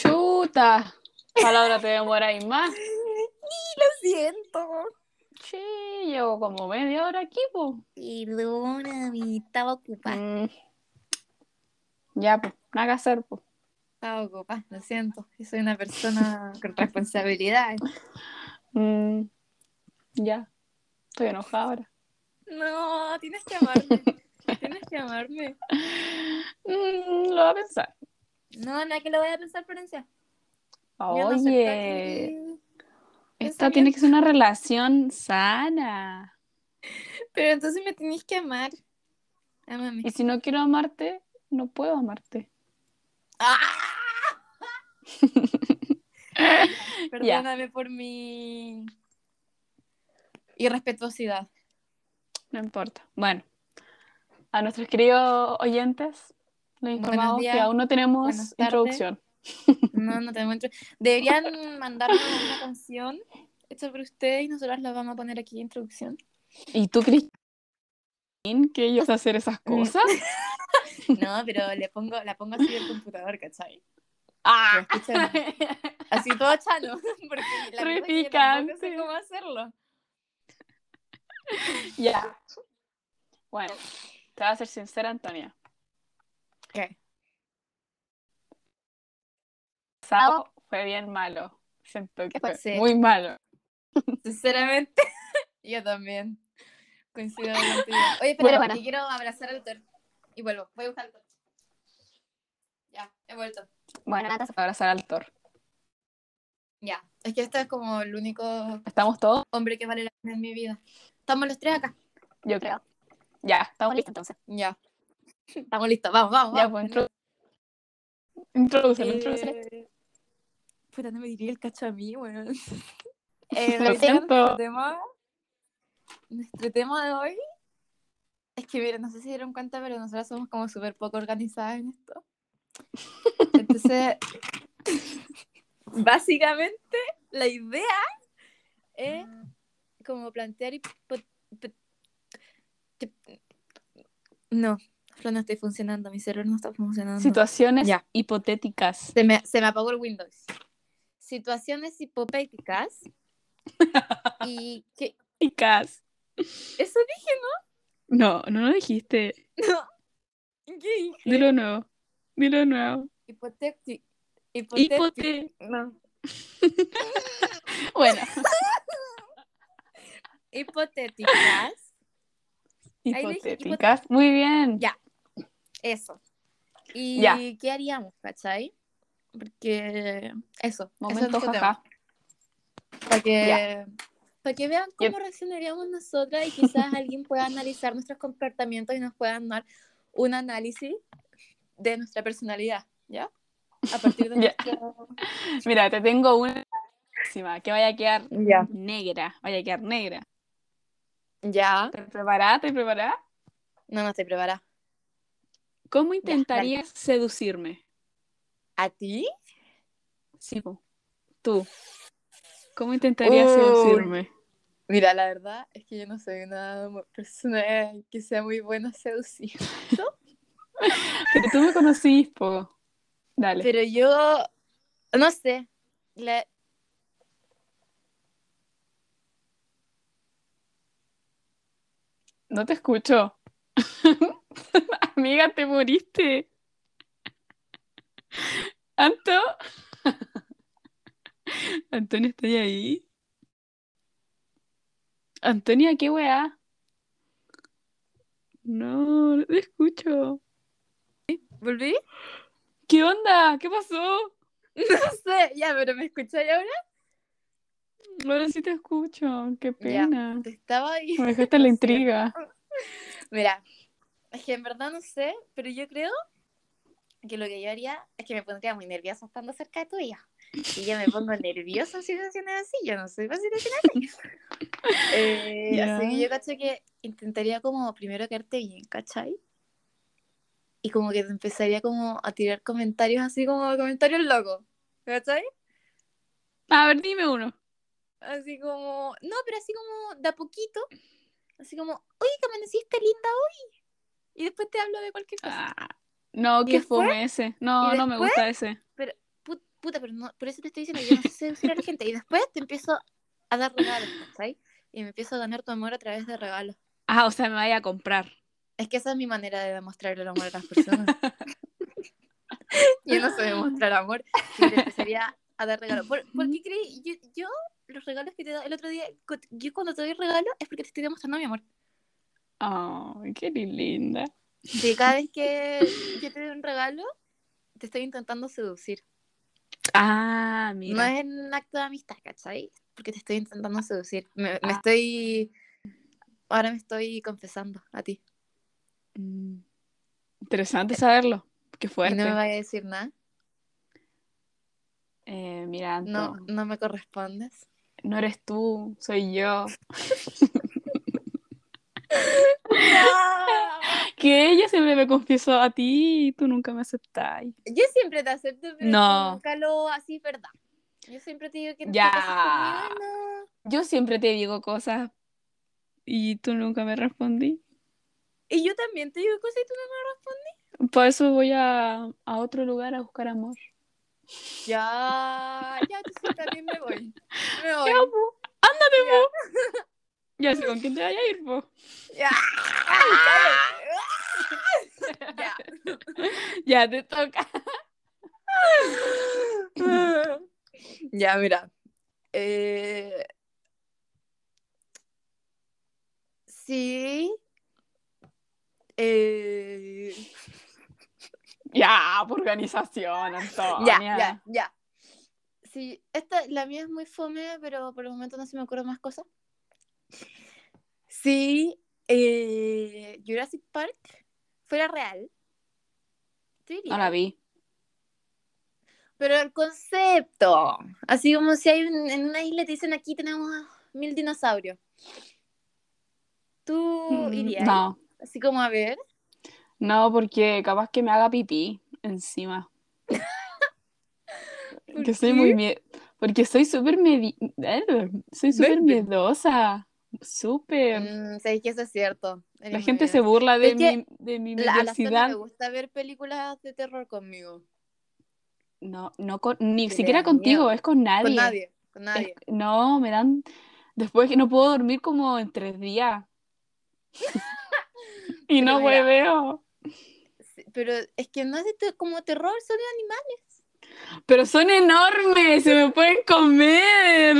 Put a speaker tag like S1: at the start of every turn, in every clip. S1: Chuta. Palabra te demoráis más.
S2: Lo siento.
S1: Sí, llevo como media hora aquí, po.
S2: Perdóname, estaba ocupada.
S1: Mm. Ya, pues, nada que hacer, po.
S2: Estaba ocupada, lo siento. Yo soy una persona con responsabilidades.
S1: Mm. Ya. Estoy enojada ahora.
S2: No, tienes que amarme. tienes que amarme.
S1: Mm, lo voy a pensar.
S2: No, no es que lo voy a pensar, Florencia. Yo no acepto
S1: Oye,
S2: que-
S1: esta tiene que ser una relación sana.
S2: Pero entonces me tenés que amar. Amame.
S1: Y si no quiero amarte, no puedo amarte.
S2: ¡Ah! Perdóname por mi irrespetuosidad.
S1: No importa. Bueno, a nuestros queridos oyentes, les
S2: Buenos
S1: informamos que
S2: días,
S1: aún no tenemos
S2: buenas tardes.
S1: introducción.
S2: No, no te encuentro. Deberían mandarnos una canción hecha por ustedes y nosotros la vamos a poner aquí en introducción.
S1: ¿Y tú, Cristín, que ellos hacer esas cosas?
S2: No, pero le pongo, la pongo así del computador, ¿cachai? Lo
S1: ¡Ah!
S2: escuchan así todo chano. Porque la verdad es que yo tampoco sé
S1: Repicante.
S2: cómo hacerlo.
S1: ya. Bueno, te voy a ser sincera, Antonia.
S2: ¿Qué?
S1: Sábado fue bien malo. Siento que
S2: Fue-
S1: fue
S2: sí.
S1: muy malo.
S2: Sinceramente, yo también. Coincido contigo. Oye, espera,
S1: Bueno, para.
S2: que quiero abrazar al autor. Y vuelvo, voy a buscar al autor. Ya, he vuelto.
S1: Bueno, abrazar al Thor.
S2: Ya. Es que este es como el único
S1: ¿Estamos todos?
S2: hombre que vale la pena en mi vida. Estamos los tres acá.
S1: Yo creo. Ya, estamos listos entonces.
S2: Ya. Estamos listos, vamos, vamos.
S1: Ya,
S2: vamos.
S1: pues introdu introducelo, introducelo.
S2: Eh, puta, no me diría el cacho a mí, weón.
S1: Lo
S2: hoy día
S1: siento.
S2: Eh, Nuestro tema, nuestro tema de hoy es que, miren, no sé si dieron cuenta, pero nosotras somos como súper poco organizadas en esto. Entonces, básicamente, la idea es como plantear y... po- pe- te- No, Flo, no estoy funcionando, mi cerebro no está funcionando.
S1: Situaciones
S2: Ya.
S1: hipotéticas.
S2: Se me, se me apagó el Windows. Situaciones hipotéticas. y que
S1: Hipotéticas.
S2: eso dije,
S1: No, no lo dijiste.
S2: ¿no? ¿Qué dije?
S1: Dilo nuevo. Dilo nuevo.
S2: Hipotéti- hipotéti-
S1: Hipote.
S2: no.
S1: Bueno.
S2: Hipotéticas. Ahí dije
S1: Hipotéticas. Muy bien.
S2: Ya. Eso. ¿Y
S1: Ya.
S2: qué haríamos, cachai? Porque eso, eso es
S1: Momento
S2: nuestro
S1: jaja.
S2: Para que, para que vean cómo reaccionaríamos nosotras y quizás alguien pueda analizar nuestros comportamientos y nos puedan dar un análisis de nuestra personalidad, ¿ya? A partir de
S1: Ya.
S2: nuestro...
S1: Mira, te tengo una próxima que vaya a quedar
S2: Ya.
S1: negra. Vaya a quedar negra.
S2: Ya.
S1: ¿Te preparás? ¿Te preparás?
S2: No, no estoy preparada.
S1: ¿Cómo intentarías seducirme?
S2: ¿A ti?
S1: Sí, po. tú. ¿Cómo intentarías
S2: Uy.
S1: seducirme?
S2: Mira, la verdad es que yo no soy una mu- persona que sea muy buena seducir.
S1: Pero tú me conocís, po. Dale.
S2: Pero yo... No sé. La-
S1: No te escucho. Amiga, te moriste. Anto. Antonia, ¿estoy ahí? Antonia, qué weá. No, no te escucho.
S2: ¿Volví?
S1: ¿Qué onda? ¿Qué pasó?
S2: No sé. Ya, pero ¿me escucháis ahora?
S1: Ahora sí te escucho. Qué
S2: Ya.
S1: pena.
S2: Te estaba ahí.
S1: Me dejaste la
S2: Lo
S1: intriga.
S2: Mira, es que en verdad no sé, pero yo creo que lo que yo haría es que me pondría muy nerviosa estando cerca de tuya. Y yo me pongo nerviosa en situaciones así, yo no soy para situaciones así. Eh,
S1: Ya.
S2: Así que yo cacho que intentaría como primero quedarte bien, ¿cachai? Y como que te empezaría como a tirar comentarios así como comentarios locos, ¿cachai?
S1: A ver, dime uno.
S2: Así como, no, pero así como de a poquito, así como, oye, que amaneciste linda hoy. Y después te hablo de cualquier cosa.
S1: Ah, no,
S2: ¿Y
S1: qué
S2: después?
S1: fome ese. No,
S2: ¿Y
S1: no me
S2: después?
S1: gusta ese.
S2: Put- puta, pero no, por eso te estoy diciendo, yo no sé seducir a la gente. Y después te empiezo a dar regalos, ¿cachai? Y me empiezo a ganar tu amor a través de regalos.
S1: Ah, o sea, me vaya a comprar.
S2: Es que esa es mi manera de demostrar el amor a las personas. yo no sé demostrar amor, yo te empezaría a dar regalos. ¿Por, por qué creí? Yo, yo, los regalos que te da el otro día, cu- yo cuando te doy regalo es porque te estoy demostrando mi amor.
S1: Ay, qué linda.
S2: Sí, cada vez que yo te doy un regalo, te estoy intentando seducir.
S1: Ah, mira.
S2: No es un acto de amistad, ¿cachai? Porque te estoy intentando seducir. Me, me
S1: Ah.
S2: estoy. Ahora me estoy confesando a ti.
S1: Mm. Interesante saberlo. Qué
S2: Y
S1: fuerte.
S2: no me vayas a decir nada.
S1: Eh, mira, Anto,
S2: No,
S1: no.
S2: no me correspondes.
S1: eres tú, soy yo. Que ella siempre me confesó a ti y tú nunca me aceptáis.
S2: Yo siempre te acepto, pero
S1: No.
S2: nunca lo así, ¿verdad? Yo siempre te digo que no
S1: Ya.
S2: te cases conmigo, no.
S1: Yo siempre te digo cosas y tú nunca me respondí.
S2: Y yo también te digo cosas y tú no me
S1: Por eso voy a, a otro lugar a buscar amor.
S2: respondes. Ya, ya, entonces también me voy. Me voy.
S1: Ya, po. Ándate, po. Ya sé con quién te vaya a ir, po.
S2: Ya. Ya.
S1: Ya te toca.
S2: Ya, mira. Eh, Sí. Eh,
S1: Ya, por organización,
S2: Ya,
S1: Antonia.
S2: ya, ya. Sí, esta, la mía es muy fome, pero por el momento no se me ocurre más cosas. Sí, eh, Jurassic Park fuera real. tú
S1: No
S2: irías.
S1: la vi.
S2: Pero el concepto, así como si hay un- en una isla te dicen aquí tenemos mil dinosaurios. ¿Tú irías?
S1: Mm, No,
S2: Así como a ver.
S1: no, porque capaz que me haga pipí encima.
S2: ¿Por
S1: Que soy
S2: qué?
S1: muy miedo. Porque soy súper medi- eh, soy súper
S2: Verde.
S1: miedosa. Súper.
S2: Mm, sabes que eso es cierto. Eres
S1: La
S2: muy
S1: gente se
S2: bien.
S1: burla de
S2: Es que
S1: mi, de mi
S2: La- a la Sole
S1: miedosidad.
S2: le gusta ver películas de terror conmigo.
S1: No, no con- ni
S2: Que le
S1: siquiera
S2: dan
S1: contigo,
S2: miedo.
S1: es con nadie.
S2: Con nadie, con
S1: Es-
S2: nadie.
S1: no, me dan. Después que no puedo dormir como en tres días. y
S2: Pero
S1: no
S2: mira.
S1: hueveo.
S2: Sí, Pero es que no es de te- como terror, solo animal.
S1: Pero son enormes, se me pueden comer.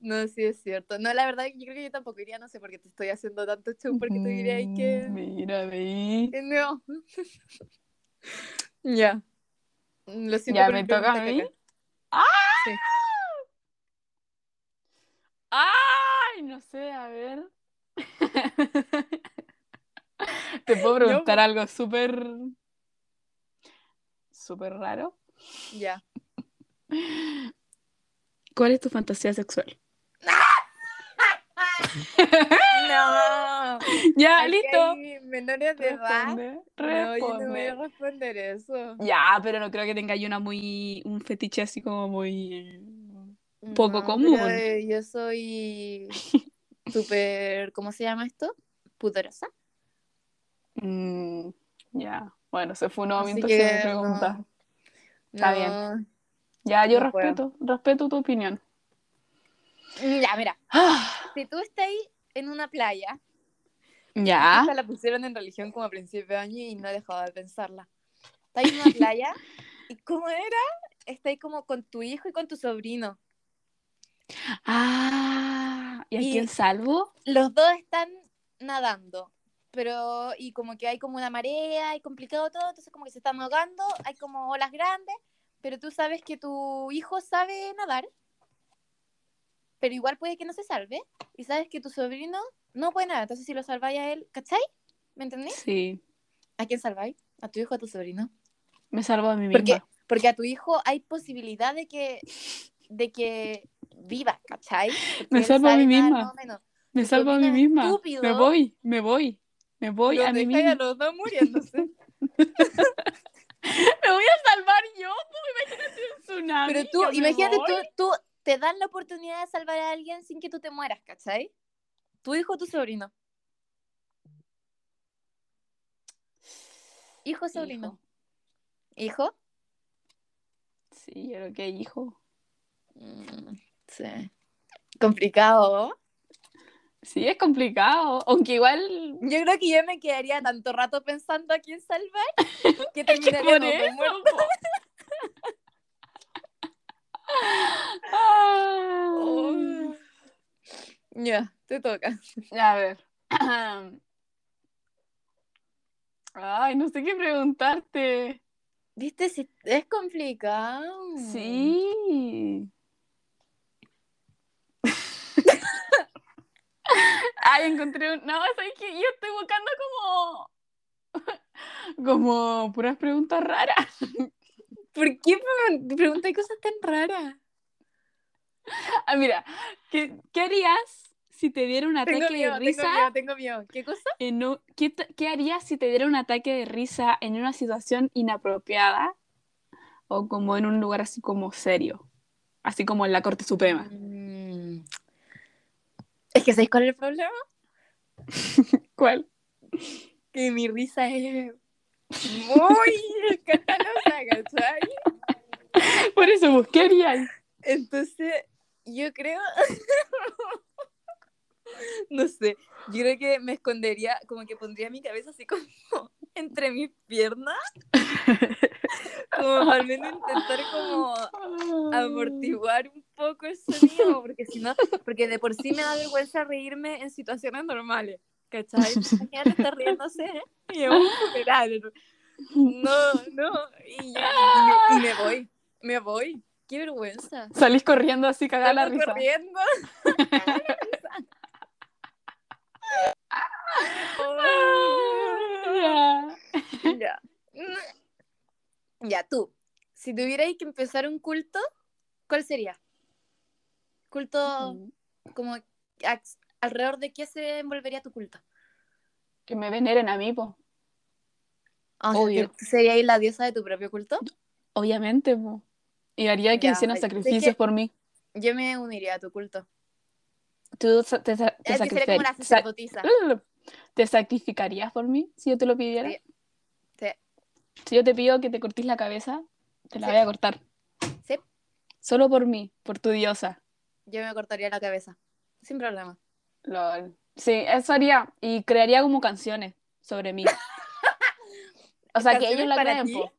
S2: No, sí es cierto. No, la verdad, yo creo que yo tampoco iría, no sé por qué te estoy haciendo tanto show, porque tú dirías
S1: Mm,
S2: que.
S1: Mira, veí.
S2: Eh, No. Ya. Lo siento
S1: Ya
S2: por
S1: me
S2: mi
S1: toca a
S2: pregunta,
S1: mí.
S2: caca.
S1: ¡Ay! No sé, a ver. Te puedo
S2: Yo,
S1: preguntar
S2: po.
S1: algo súper. súper raro.
S2: Ya.
S1: ¿Cuál es tu fantasía sexual?
S2: No.
S1: Ya,
S2: Aquí
S1: Ah, listo.
S2: hay menores de edad.
S1: Responde.
S2: No, yo no voy
S1: Responde.
S2: a responder eso.
S1: Ya, pero no creo que tenga yo una muy. un fetiche así como muy. Poco
S2: No,
S1: común.
S2: pero, eh, yo soy súper, ¿cómo se llama esto? Pudorosa.
S1: Mm, ya. Bueno, se funó
S2: Así
S1: mientras
S2: que
S1: se me pregunta.
S2: no.
S1: Está
S2: bien.
S1: Ya, yo
S2: No puedo.
S1: respeto, respeto tu opinión.
S2: Ya, mira, si tú estás ahí en una playa,
S1: Ya.
S2: esta la pusieron en religión como a principio de año y no he dejado de pensarla. Estás en una playa y ¿cómo era? Estás ahí como con tu hijo y con tu sobrino.
S1: Ah, ¿y a
S2: Y-
S1: quién salvo?
S2: Los dos están nadando, pero y como que hay como una marea y complicado todo, entonces como que se están ahogando, hay como olas grandes, pero tú sabes que tu hijo sabe nadar, pero igual puede que no se salve, y sabes que tu sobrino no puede nadar, entonces si lo salváis a él, ¿cachai? ¿Me entendés?
S1: Sí,
S2: ¿A quién salváis? ¿A tu hijo o a tu sobrino?
S1: me salvo a mí misma.
S2: Porque, porque a tu hijo hay posibilidad de que, de que viva, ¿cachai? Porque
S1: Me
S2: él
S1: salvo a
S2: sabe
S1: mí
S2: nadar
S1: misma.
S2: más o menos.
S1: Me
S2: tu
S1: salvo a mí
S2: sobrino es
S1: misma.
S2: estúpido.
S1: Me voy, me voy, me voy
S2: Los
S1: a mí
S2: dejáis
S1: misma.
S2: a los dos muriéndose.
S1: Me voy a salvar yo, pues, imagínate un tsunami.
S2: Pero tú,
S1: yo me
S2: imagínate,
S1: voy.
S2: tú, tú te dan la oportunidad de salvar a alguien sin que tú te mueras, ¿cachai? Tu hijo o tu sobrino. Hijo o sobrino.
S1: Hijo.
S2: Hijo.
S1: Sí, yo creo que hijo.
S2: Mm, sí. Complicado. ¿no?
S1: Sí, es complicado. Aunque igual.
S2: Yo creo que yo me quedaría tanto rato pensando a quién salvar que terminaría
S1: por
S2: como
S1: eso,
S2: muerta.
S1: po. Ah.
S2: Oh. Ya, te toca.
S1: A ver. Ay, no sé qué preguntarte.
S2: ¿Viste? Si es complicado.
S1: Sí. Ay, encontré un. No, sabes que yo estoy buscando como. Como puras preguntas raras.
S2: ¿Por qué me pregunté cosas tan raras?
S1: Ah, mira, ¿qué, qué harías si te diera un ataque
S2: Tengo
S1: de
S2: miedo, tengo
S1: risa?
S2: miedo, tengo miedo. ¿Qué cosa?
S1: en un- ¿Qué, t- qué harías si te diera un ataque de risa en una situación inapropiada? O como en un lugar así como serio. Así como en la Corte Suprema.
S2: Mm. Es que ¿sabéis cuál es el problema?
S1: ¿Cuál?
S2: Que mi risa es muy escandalosa, ¿cachai?
S1: Por eso, pues, ¿qué harías?
S2: Entonces, yo creo. no sé. Yo creo que me escondería, como que pondría mi cabeza así como entre mis piernas. como al menos intentar como amortiguar un poco el sonido, porque si no, porque de por sí me da vergüenza reírme en situaciones normales. ¿Cachai? Imagínate estar riéndose ¿eh? y es un funeral. No, no. Y, yo- y me, y me voy. Me voy. Qué vergüenza.
S1: Salís corriendo así cagada la
S2: Salgo
S1: risa.
S2: corriendo.
S1: Ah,
S2: ya. Ya, tú. Si tuvierais que empezar un culto, ¿cuál sería? Culto
S1: Mm.
S2: como ax- alrededor de qué se envolvería tu culto.
S1: Que me veneren a mí, po.
S2: Ah,
S1: Obvio.
S2: ¿tú ¿Seríais la diosa de tu propio culto?
S1: Obviamente, po. Y haría que
S2: Ya,
S1: hicieran
S2: sé que-
S1: sacrificios por mí.
S2: Yo me uniría a tu culto.
S1: Tú sa- te, sa- te
S2: Es que sería como la
S1: sacrificar- sa-
S2: sacerdotisa.
S1: ¿Te sacrificarías por mí si yo te lo pidiera?
S2: Sí. Sí.
S1: Si yo te pido que te cortes la cabeza, te la
S2: Sí.
S1: voy a cortar.
S2: Sí.
S1: Solo por mí, por tu diosa.
S2: Yo me cortaría la cabeza. Sin problema.
S1: Lol. Sí, eso haría. Y crearía como canciones sobre mí. o sea, que
S2: ¿Canciones
S1: ellos la
S2: para
S1: creen,
S2: ti?
S1: po.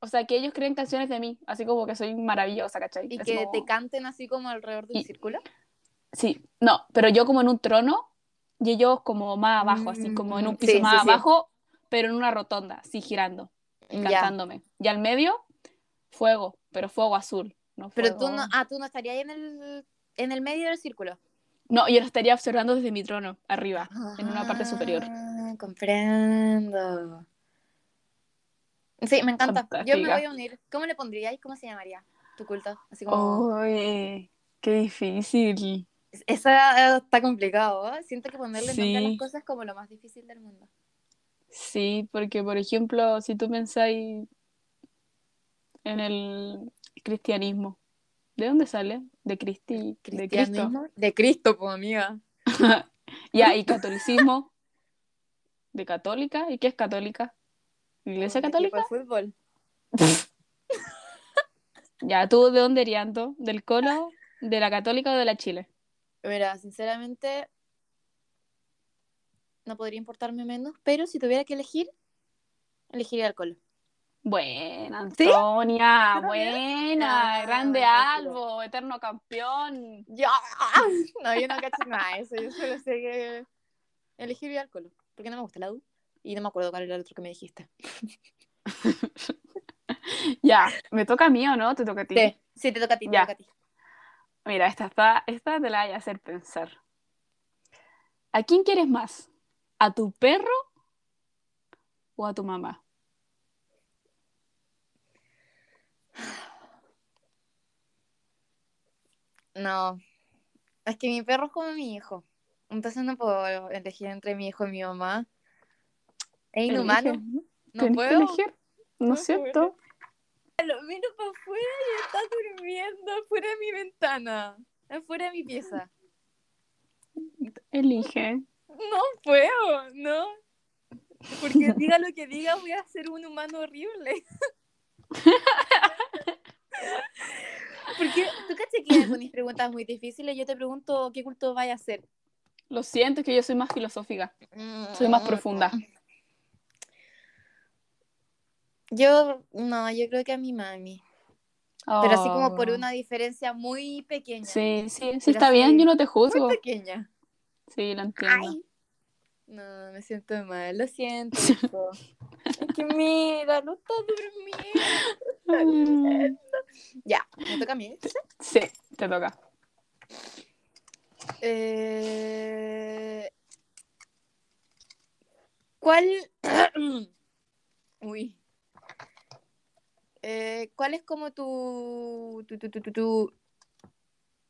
S1: O sea, que ellos creen canciones de mí. Así como que soy maravillosa, ¿cachai?
S2: Y
S1: Es
S2: que
S1: como-
S2: te canten así como alrededor de un
S1: Y-
S2: círculo.
S1: Sí, no, pero yo como en un trono y ellos como más abajo, así como en un
S2: Mm,
S1: piso
S2: sí,
S1: más
S2: sí, sí.
S1: abajo, pero en una rotonda, así girando,
S2: Ya.
S1: cantándome. Y al medio, fuego, pero fuego azul. No
S2: Pero
S1: fuego-
S2: tú no, ah, tú no estarías ahí en el, en el medio del círculo.
S1: No, yo lo estaría observando desde mi trono, arriba, en una parte superior.
S2: Ah, Comprendo. Sí, me encanta. Yo me
S1: Fantástica.
S2: voy a unir. ¿Cómo le pondría y cómo se llamaría tu culto? Así como.
S1: Uy, qué difícil.
S2: Esa eh, está complicado. ¿eh? Siento que ponerle nombre a las
S1: Sí.
S2: cosas es como lo más difícil del mundo.
S1: Sí, porque por ejemplo, si tú pensáis en el cristianismo, ¿de dónde sale? De Cristi, de Cristo.
S2: Cristianismo. De Cristo, pues amiga.
S1: Ya, y catolicismo. ¿De católica? ¿Y qué es católica? ¿Iglesia
S2: Como un equipo
S1: católica?
S2: de fútbol.
S1: Ya, ¿tú de dónde eres, Anto? ¿Del colo? ¿De la católica o de la Chile?
S2: Mira, sinceramente, no podría importarme menos, pero si tuviera que elegir, elegiría alcohol.
S1: Buena,
S2: ¿Sí?
S1: Antonia,
S2: ¿Tú
S1: buena,
S2: Ah,
S1: grande
S2: buenísima.
S1: Albo, eterno campeón.
S2: Ya. No, yo no cacho nada de eso. Yo solo sé que elegiría alcohol. Porque no me gusta la U. Y no me acuerdo cuál era el otro que me dijiste.
S1: Ya, ¿me toca a mí o no? ¿Te toca a ti?
S2: Sí, sí te toca a ti, te
S1: Ya.
S2: toca a ti.
S1: Mira, esta, está, esta te la voy a hacer pensar. ¿A quién quieres más? ¿A tu perro o a tu mamá?
S2: No. Es que mi perro es como mi hijo. Entonces no puedo elegir entre mi hijo y mi mamá. Es inhumano.
S1: Elige.
S2: No
S1: Tenés que
S2: puedo.
S1: elegir, ¿no es
S2: No puedo.
S1: cierto?
S2: Lo miro para afuera y está durmiendo afuera de mi ventana. Afuera de mi pieza.
S1: Elige.
S2: No puedo, no. Porque diga lo que diga, voy a ser un humano horrible. me pones preguntas muy difíciles, yo te pregunto qué culto vaya a hacer.
S1: Lo siento, es que yo soy más filosófica. Soy más profunda.
S2: Yo, no, yo creo que a mi mami. Pero así como por una diferencia muy
S1: Oh.
S2: pequeña.
S1: Sí, sí, sí, está bien, yo no te juzgo.
S2: Muy pequeña.
S1: Sí, lo entiendo.
S2: Ay. No, me siento mal, lo siento. hijo. es que mira, no está durmiendo. ya, me toca a mí.
S1: Mm. Sí, te toca.
S2: Eh, ¿Cuál? Uy. Eh, ¿Cuál es como tu... tu, tu, tu, tu, tu-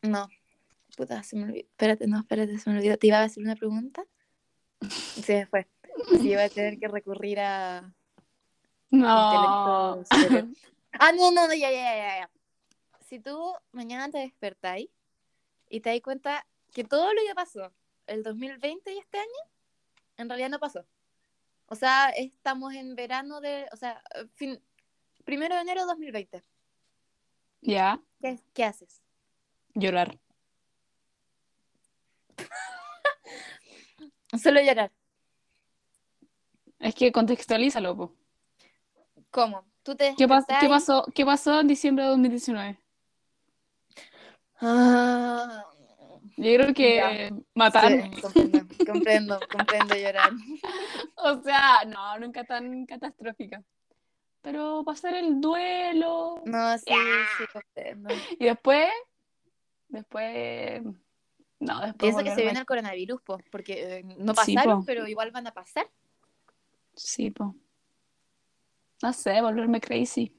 S2: No. Puta, se me olvidó. Espérate, no, espérate, se me olvidó. Te iba a hacer una pregunta. Se me fue. Sí, iba a tener que recurrir a...
S1: No.
S2: intelecto superior. Oh. Ah, no, no, no, ya, ya, ya, ya. Si tú mañana te despertáis y te das cuenta que todo lo que pasó el 2020 y este año, en realidad no pasó. O sea, estamos en verano de, o sea, fin, primero de enero de 2020.
S1: Ya,
S2: ¿Qué, qué haces?
S1: llorar.
S2: Solo llorar.
S1: Es que contextualízalo, po.
S2: ¿Cómo? ¿Tú te
S1: ¿Qué, pas-
S2: despertáis-
S1: qué pasó, ¿Qué pasó en diciembre de 2019?
S2: Ah,
S1: Yo creo que
S2: Ya.
S1: mataron.
S2: sí, comprendo, comprendo, comprendo llorar.
S1: O sea, no, nunca tan catastrófica. Pero pasar el duelo.
S2: No, sí, sí, comprendo.
S1: Y después. Después. No, después.
S2: Piensa que
S1: volver
S2: se
S1: a-
S2: viene el coronavirus, po, porque eh, no
S1: Sí,
S2: pasaron,
S1: po.
S2: pero igual van a pasar.
S1: Sí, po. No sé, volverme crazy.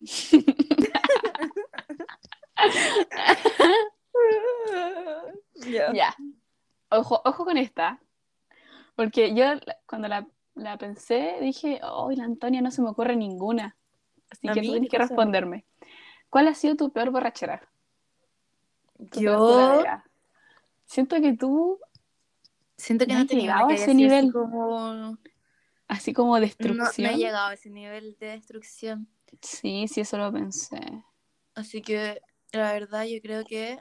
S1: Ya. Ojo, ojo con esta. Porque yo la- cuando la, la pensé, dije, oh, la Antonia no se me ocurre ninguna. Así
S2: ¿A
S1: que
S2: mí?
S1: tú tienes
S2: ¿Qué
S1: que
S2: pasó?
S1: responderme. ¿Cuál ha sido tu peor borrachera? Tu peor
S2: Yo
S1: curadera. Siento que tú,
S2: siento que
S1: No
S2: no
S1: he
S2: he tenido
S1: llegado
S2: una
S1: a
S2: que
S1: ese
S2: haya sido así
S1: nivel.
S2: como- No,
S1: así como
S2: no
S1: destrucción.
S2: he llegado a ese nivel de destrucción.
S1: Sí, sí, eso lo pensé.
S2: Así que la verdad yo creo que...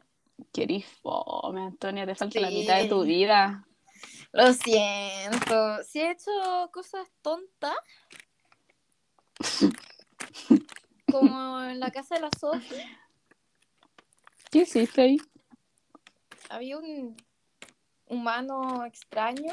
S1: Qué fome, Antonia, te falta la
S2: Sí.
S1: mitad de tu vida.
S2: Lo siento. Si he hecho cosas tontas, como en la casa de la Sofi,
S1: ¿Qué hiciste ahí?
S2: había un humano extraño.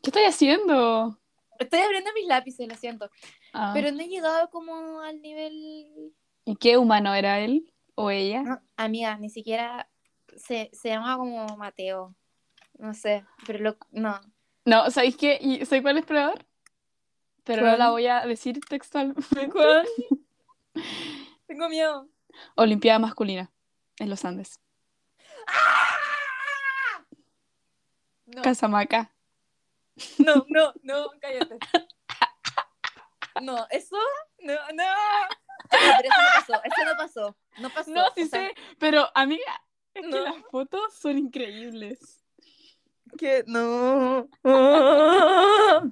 S1: ¿Qué estoy haciendo?
S2: Estoy abriendo mis lápices, lo siento.
S1: Ah,
S2: Pero no he llegado como al nivel
S1: ¿Y qué humano era él o ella?
S2: No, amiga, ni siquiera se, se llama como Mateo. No sé, pero lo, no.
S1: No, ¿sabéis qué? ¿Y ¿Sabéis cuál es peor? Pero no
S2: ¿Cuál?
S1: la voy a decir textualmente.
S2: Tengo miedo.
S1: Olimpiada masculina en los Andes.
S2: No,
S1: Casamaca.
S2: no, no, no, cállate. No, eso, no, no. No, pero eso no pasó, eso no pasó. No pasó.
S1: No, sí
S2: o sea,
S1: sé, pero amiga, es que
S2: No.
S1: las fotos son increíbles.
S2: Que no.
S1: ¡Ah!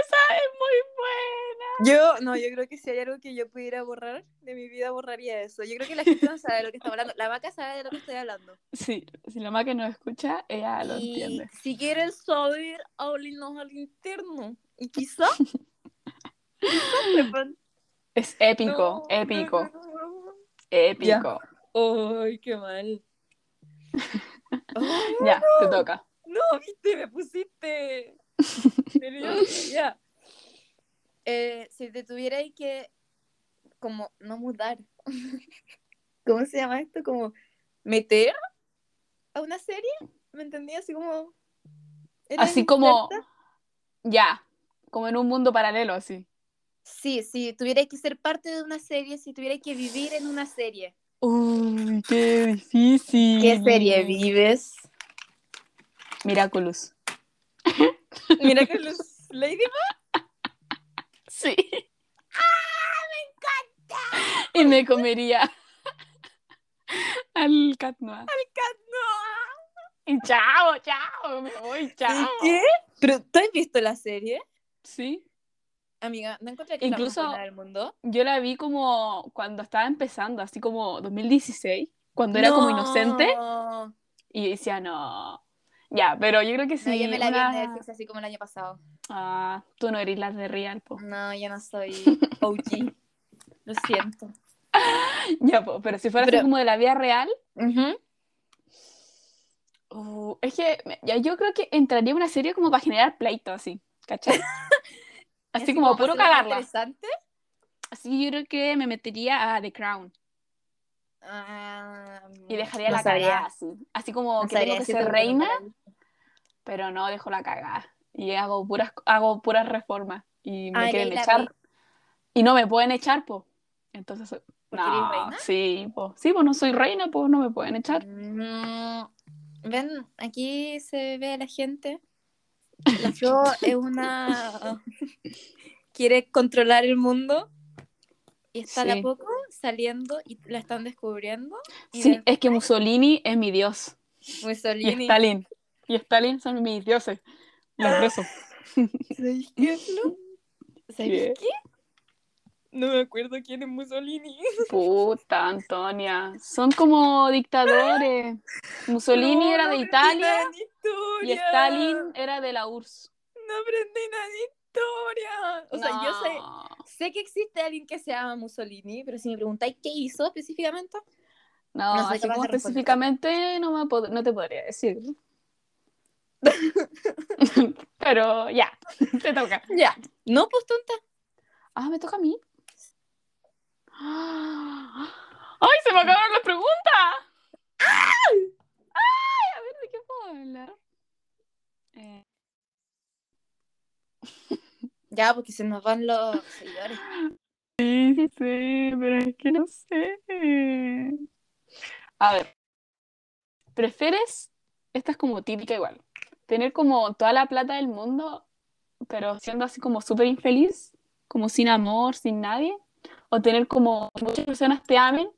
S1: Esa es muy buena.
S2: Yo, no, yo creo que si hay algo que yo pudiera borrar de mi vida, borraría eso. Yo creo que la gente no sabe de lo que está hablando. La vaca sabe de lo que estoy hablando.
S1: Sí, si la maca no escucha, ella Ah, lo
S2: Y
S1: entiende.
S2: Si quieres saber, háblenos al interno. Y quizá.
S1: Es épico, épico, épico.
S2: Ay, qué mal. Ay,
S1: Ya, te toca.
S2: no, viste, me pusiste. nerviosa, ya. Eh, si te tuvierais que. Como, no mudar. ¿Cómo se llama esto? Como, meter a una serie. ¿Me entendí? Así como. ¿eres
S1: Así como,
S2: inserta?
S1: ya, como en un mundo paralelo, así.
S2: Sí, si tuviera que ser parte de una serie, si tuviera que vivir en una serie.
S1: Uy, qué difícil.
S2: ¿Qué serie vives?
S1: Miraculous.
S2: Mira que los Ladybug.
S1: Sí. ¡Ah, me encanta! Y me comería al cat noir.
S2: No.
S1: Y chao, chao, me voy, chao.
S2: ¿Qué? ¿Pero tú has visto la serie?
S1: Sí.
S2: Amiga, no encontré que es
S1: Incluso-
S2: la más buena del mundo.
S1: Yo la vi como cuando estaba empezando, así como 2016, cuando era como
S2: No.
S1: inocente
S2: No,
S1: y decía, no. Ya, pero yo creo que sí.
S2: yo me la vi en
S1: una-
S2: Netflix así como el año pasado.
S1: Ah, tú no eres la de Real, po.
S2: No, yo no soy OG. Lo siento.
S1: Ya, po, pero si fuera
S2: Pero-
S1: así como de la vida real, uh, es que me- ya, yo creo que entraría en una serie como para generar pleito, así, ¿cachai? Así como
S2: para
S1: puro
S2: hacerlo más
S1: cagarla.
S2: interesante.
S1: Así yo creo que me metería a The Crown
S2: Ah,
S1: y dejaría
S2: no
S1: la
S2: sabría.
S1: cagada así. Así como
S2: No
S1: que tengo
S2: sabría
S1: que
S2: si
S1: ser
S2: te
S1: reina,
S2: recomendaría.
S1: pero no dejo la cagada. Y hago puras, hago puras reformas y me
S2: Ah,
S1: quieren
S2: leí la
S1: echar.
S2: ley.
S1: Y no me pueden echar, po. Entonces, soy-
S2: ¿Porque eres
S1: no,
S2: reina?
S1: sí, po. Sí, pues no soy reina, pues no me pueden echar.
S2: Mm, Ven, aquí se ve a la gente. La flor es una. quiere controlar el mundo. Y está de a
S1: Sí.
S2: poco saliendo y la están descubriendo. Y
S1: Sí,
S2: ven,
S1: es que Mussolini es mi dios. Y
S2: Mussolini.
S1: Stalin. Y Stalin son mis dioses. Los rezo.
S2: ¿Sabéis qué, Flo? ¿Sabéis
S1: ¿Qué?
S2: qué? No me acuerdo quién es Mussolini.
S1: Puta, Antonia. Son como dictadores. Mussolini
S2: No,
S1: era
S2: no
S1: de
S2: aprendí
S1: Italia
S2: nada de historia.
S1: y Stalin era de la URSS.
S2: No aprendí nada de historia. O sea, yo sé, Sé que existe alguien que se llama Mussolini, pero si me preguntáis qué hizo específicamente,
S1: No,
S2: No soy
S1: así
S2: capaz
S1: como
S2: de responder.
S1: específicamente no, me pod- no te podría decir. Pero ya, te toca.
S2: ya. No, pues tonta.
S1: Ah, me toca a mí. ¡Ay, se me acabaron las preguntas! ¡Ay! A ver, ¿de qué puedo hablar? Eh,
S2: Ya, porque se nos van los seguidores.
S1: Sí, sí, pero es que no sé. A ver, ¿prefieres? Esta es como típica igual. ¿Tener como toda la plata del mundo, pero siendo así como súper infeliz, como sin amor, sin nadie? ¿O tener como muchas personas te amen,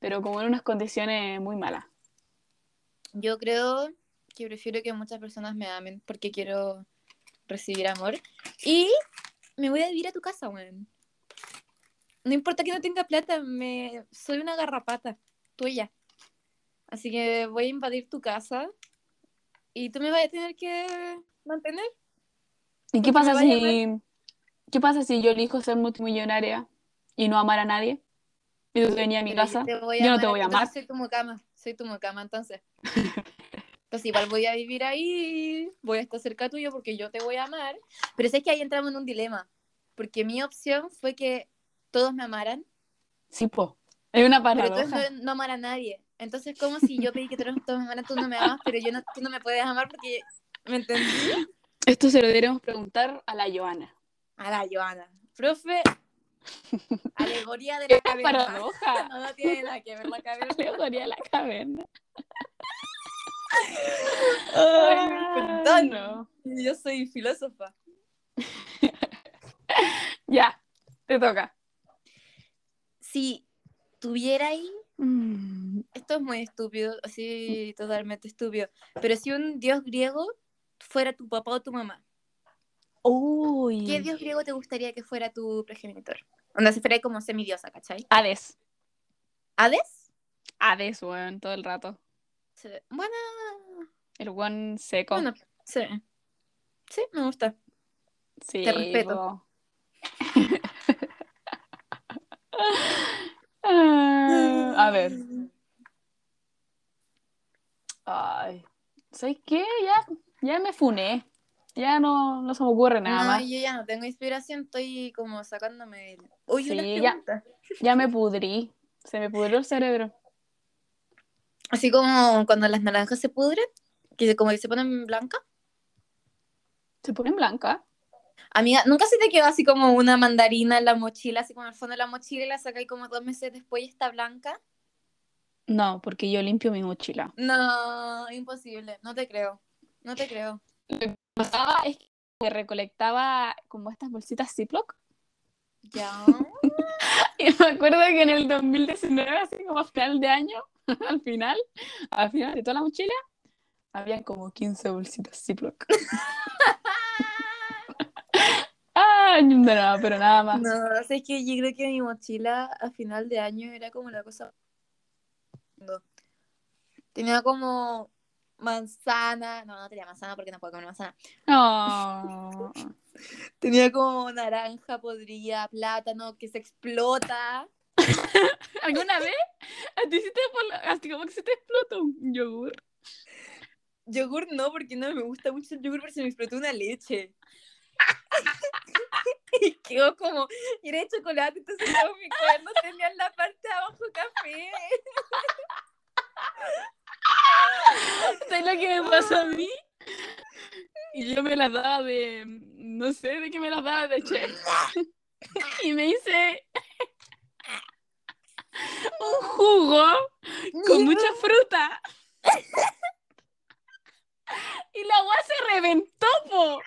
S1: pero como en unas condiciones muy malas?
S2: Yo creo que prefiero que muchas personas me amen porque quiero recibir amor. Y me voy a vivir a tu casa, weón. No importa que no tenga plata, me soy una garrapata tuya. Así que voy a invadir tu casa y tú me vas a tener que mantener.
S1: ¿Y qué
S2: Porque me
S1: pasa
S2: vaya
S1: si, qué pasa si yo elijo ser multimillonaria y no amar a nadie? Y tú venía a mi
S2: Pero
S1: casa.
S2: te voy
S1: yo no te
S2: amar,
S1: voy a
S2: entonces
S1: amar.
S2: Soy tu mucama, soy tu mucama, entonces. Entonces igual voy a vivir ahí, voy a estar cerca tuyo porque yo te voy a amar. Pero sé que ahí entramos en un dilema, porque mi opción fue que todos me amaran,
S1: Sí, po. Hay una
S2: pero
S1: paradoja.
S2: tú no, no amar a nadie. Entonces, como si yo pedí que todos, todos me amaran, tú no me amas, pero yo no, tú no me puedes amar porque, ¿me entendí?
S1: Esto se lo deberíamos preguntar a la Joana.
S2: A la Joana. Profe, alegoría de la caverna.
S1: Paradoja.
S2: No, no tiene nada que ver la caverna.
S1: Alegoría a la caverna.
S2: Ay, perdón.
S1: no.
S2: Yo soy filósofa.
S1: Ya, te toca.
S2: si tuviera ahí, esto es muy estúpido, así totalmente estúpido, pero si un dios griego fuera tu papá o tu mamá,
S1: Uy.
S2: ¿qué dios griego te gustaría que fuera tu progenitor? Onda, se fuera como semidiosa, ¿cachai?
S1: Hades.
S2: ¿Hades?
S1: Hades, weón, todo el rato.
S2: Sí. Bueno,
S1: El weón seco.
S2: bueno, sí. Sí, me gusta.
S1: Sí,
S2: Te respeto.
S1: po. Ah, a ver. Ay. ¿Sabes qué? Ya, ya me funé. Ya no, no se me ocurre nada
S2: No,
S1: más.
S2: yo ya no tengo inspiración, estoy como sacándome el... Oye,
S1: Sí,
S2: unas
S1: ya.
S2: preguntas.
S1: Ya me pudrí. Se me pudrió el cerebro.
S2: Así como cuando las naranjas se pudren, que se- como que se ponen blancas.
S1: ¿Se pone en blanca?
S2: Amiga, ¿nunca se te quedó así como una mandarina en la mochila, así como en el fondo de la mochila y la sacáis como dos meses después y está blanca?
S1: No, porque yo limpio mi mochila.
S2: No, imposible, no te creo, no te creo.
S1: Pasaba Ah, es que recolectaba como estas bolsitas Ziploc.
S2: Ya.
S1: Y me acuerdo que en el 2019, así como a final de año, al final, al final de toda la mochila, habían como 15 bolsitas Ziploc. años, no, no, pero nada más.
S2: No, o sea, es que yo creo que mi mochila a final de año era como la cosa. No. Tenía como manzana. No, no tenía manzana porque no puedo comer manzana.
S1: No.
S2: Tenía como naranja podrida, plátano que se explota.
S1: ¿Alguna vez? ¿A ti sí te, por la- así como que se te explota un yogur?
S2: Yogur no, porque no me gusta mucho el yogur, pero se me explotó una leche. y quedó como, y era de chocolate, entonces como mi cuerno tenía en la parte de abajo café.
S1: ¿Sabes lo que me pasó a mí? Y yo me las daba de. No sé de qué me las daba de chef. Y me hice. Un jugo con mucha fruta. Y la agua se reventó, po.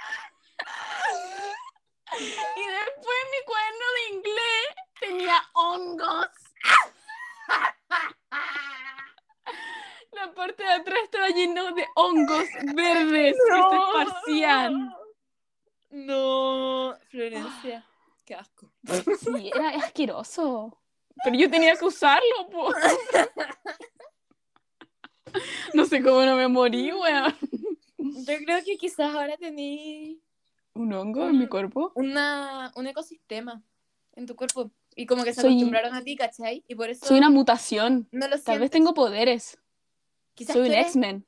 S1: Y después mi cuaderno de inglés tenía hongos. La parte de atrás estaba lleno de hongos verdes que se esparcían.
S2: No, Florencia, qué asco.
S1: Sí, era asqueroso. Pero yo tenía que usarlo, po. No sé cómo no me morí, weón.
S2: Yo creo que quizás ahora tení
S1: ¿Un hongo en mi cuerpo?
S2: una, un ecosistema en tu cuerpo y como que se
S1: Soy-
S2: acostumbraron a ti, ¿cachai? Y por eso
S1: Soy una mutación.
S2: no lo
S1: Tal
S2: sientes.
S1: vez tengo poderes.
S2: Quizás
S1: Soy
S2: tú
S1: un
S2: eres-
S1: X-Men.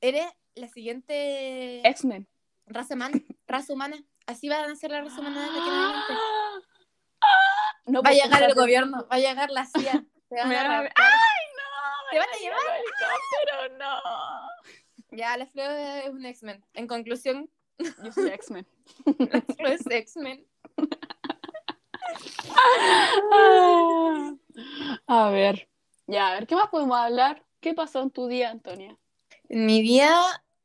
S2: Eres la siguiente
S1: X-Men.
S2: raza humana. Raza humana. Así van a ser la raza humana de aquí en
S1: Ah.
S2: adelante.
S1: No,
S2: Va a
S1: pues,
S2: llegar el
S1: espérate.
S2: gobierno, va a llegar la CIA. Te van
S1: Me
S2: a
S1: van a-
S2: raptar.
S1: No,
S2: Te van a
S1: vaya,
S2: llevar.
S1: no, helicóptero,
S2: Ya, la Flor es un X-Men. En conclusión,
S1: no. Yo soy X-Men.
S2: la Flor es X-Men.
S1: Ah. A ver. Ya, a ver, ¿qué más podemos hablar? ¿Qué pasó en tu día, Antonia?
S2: En mi día,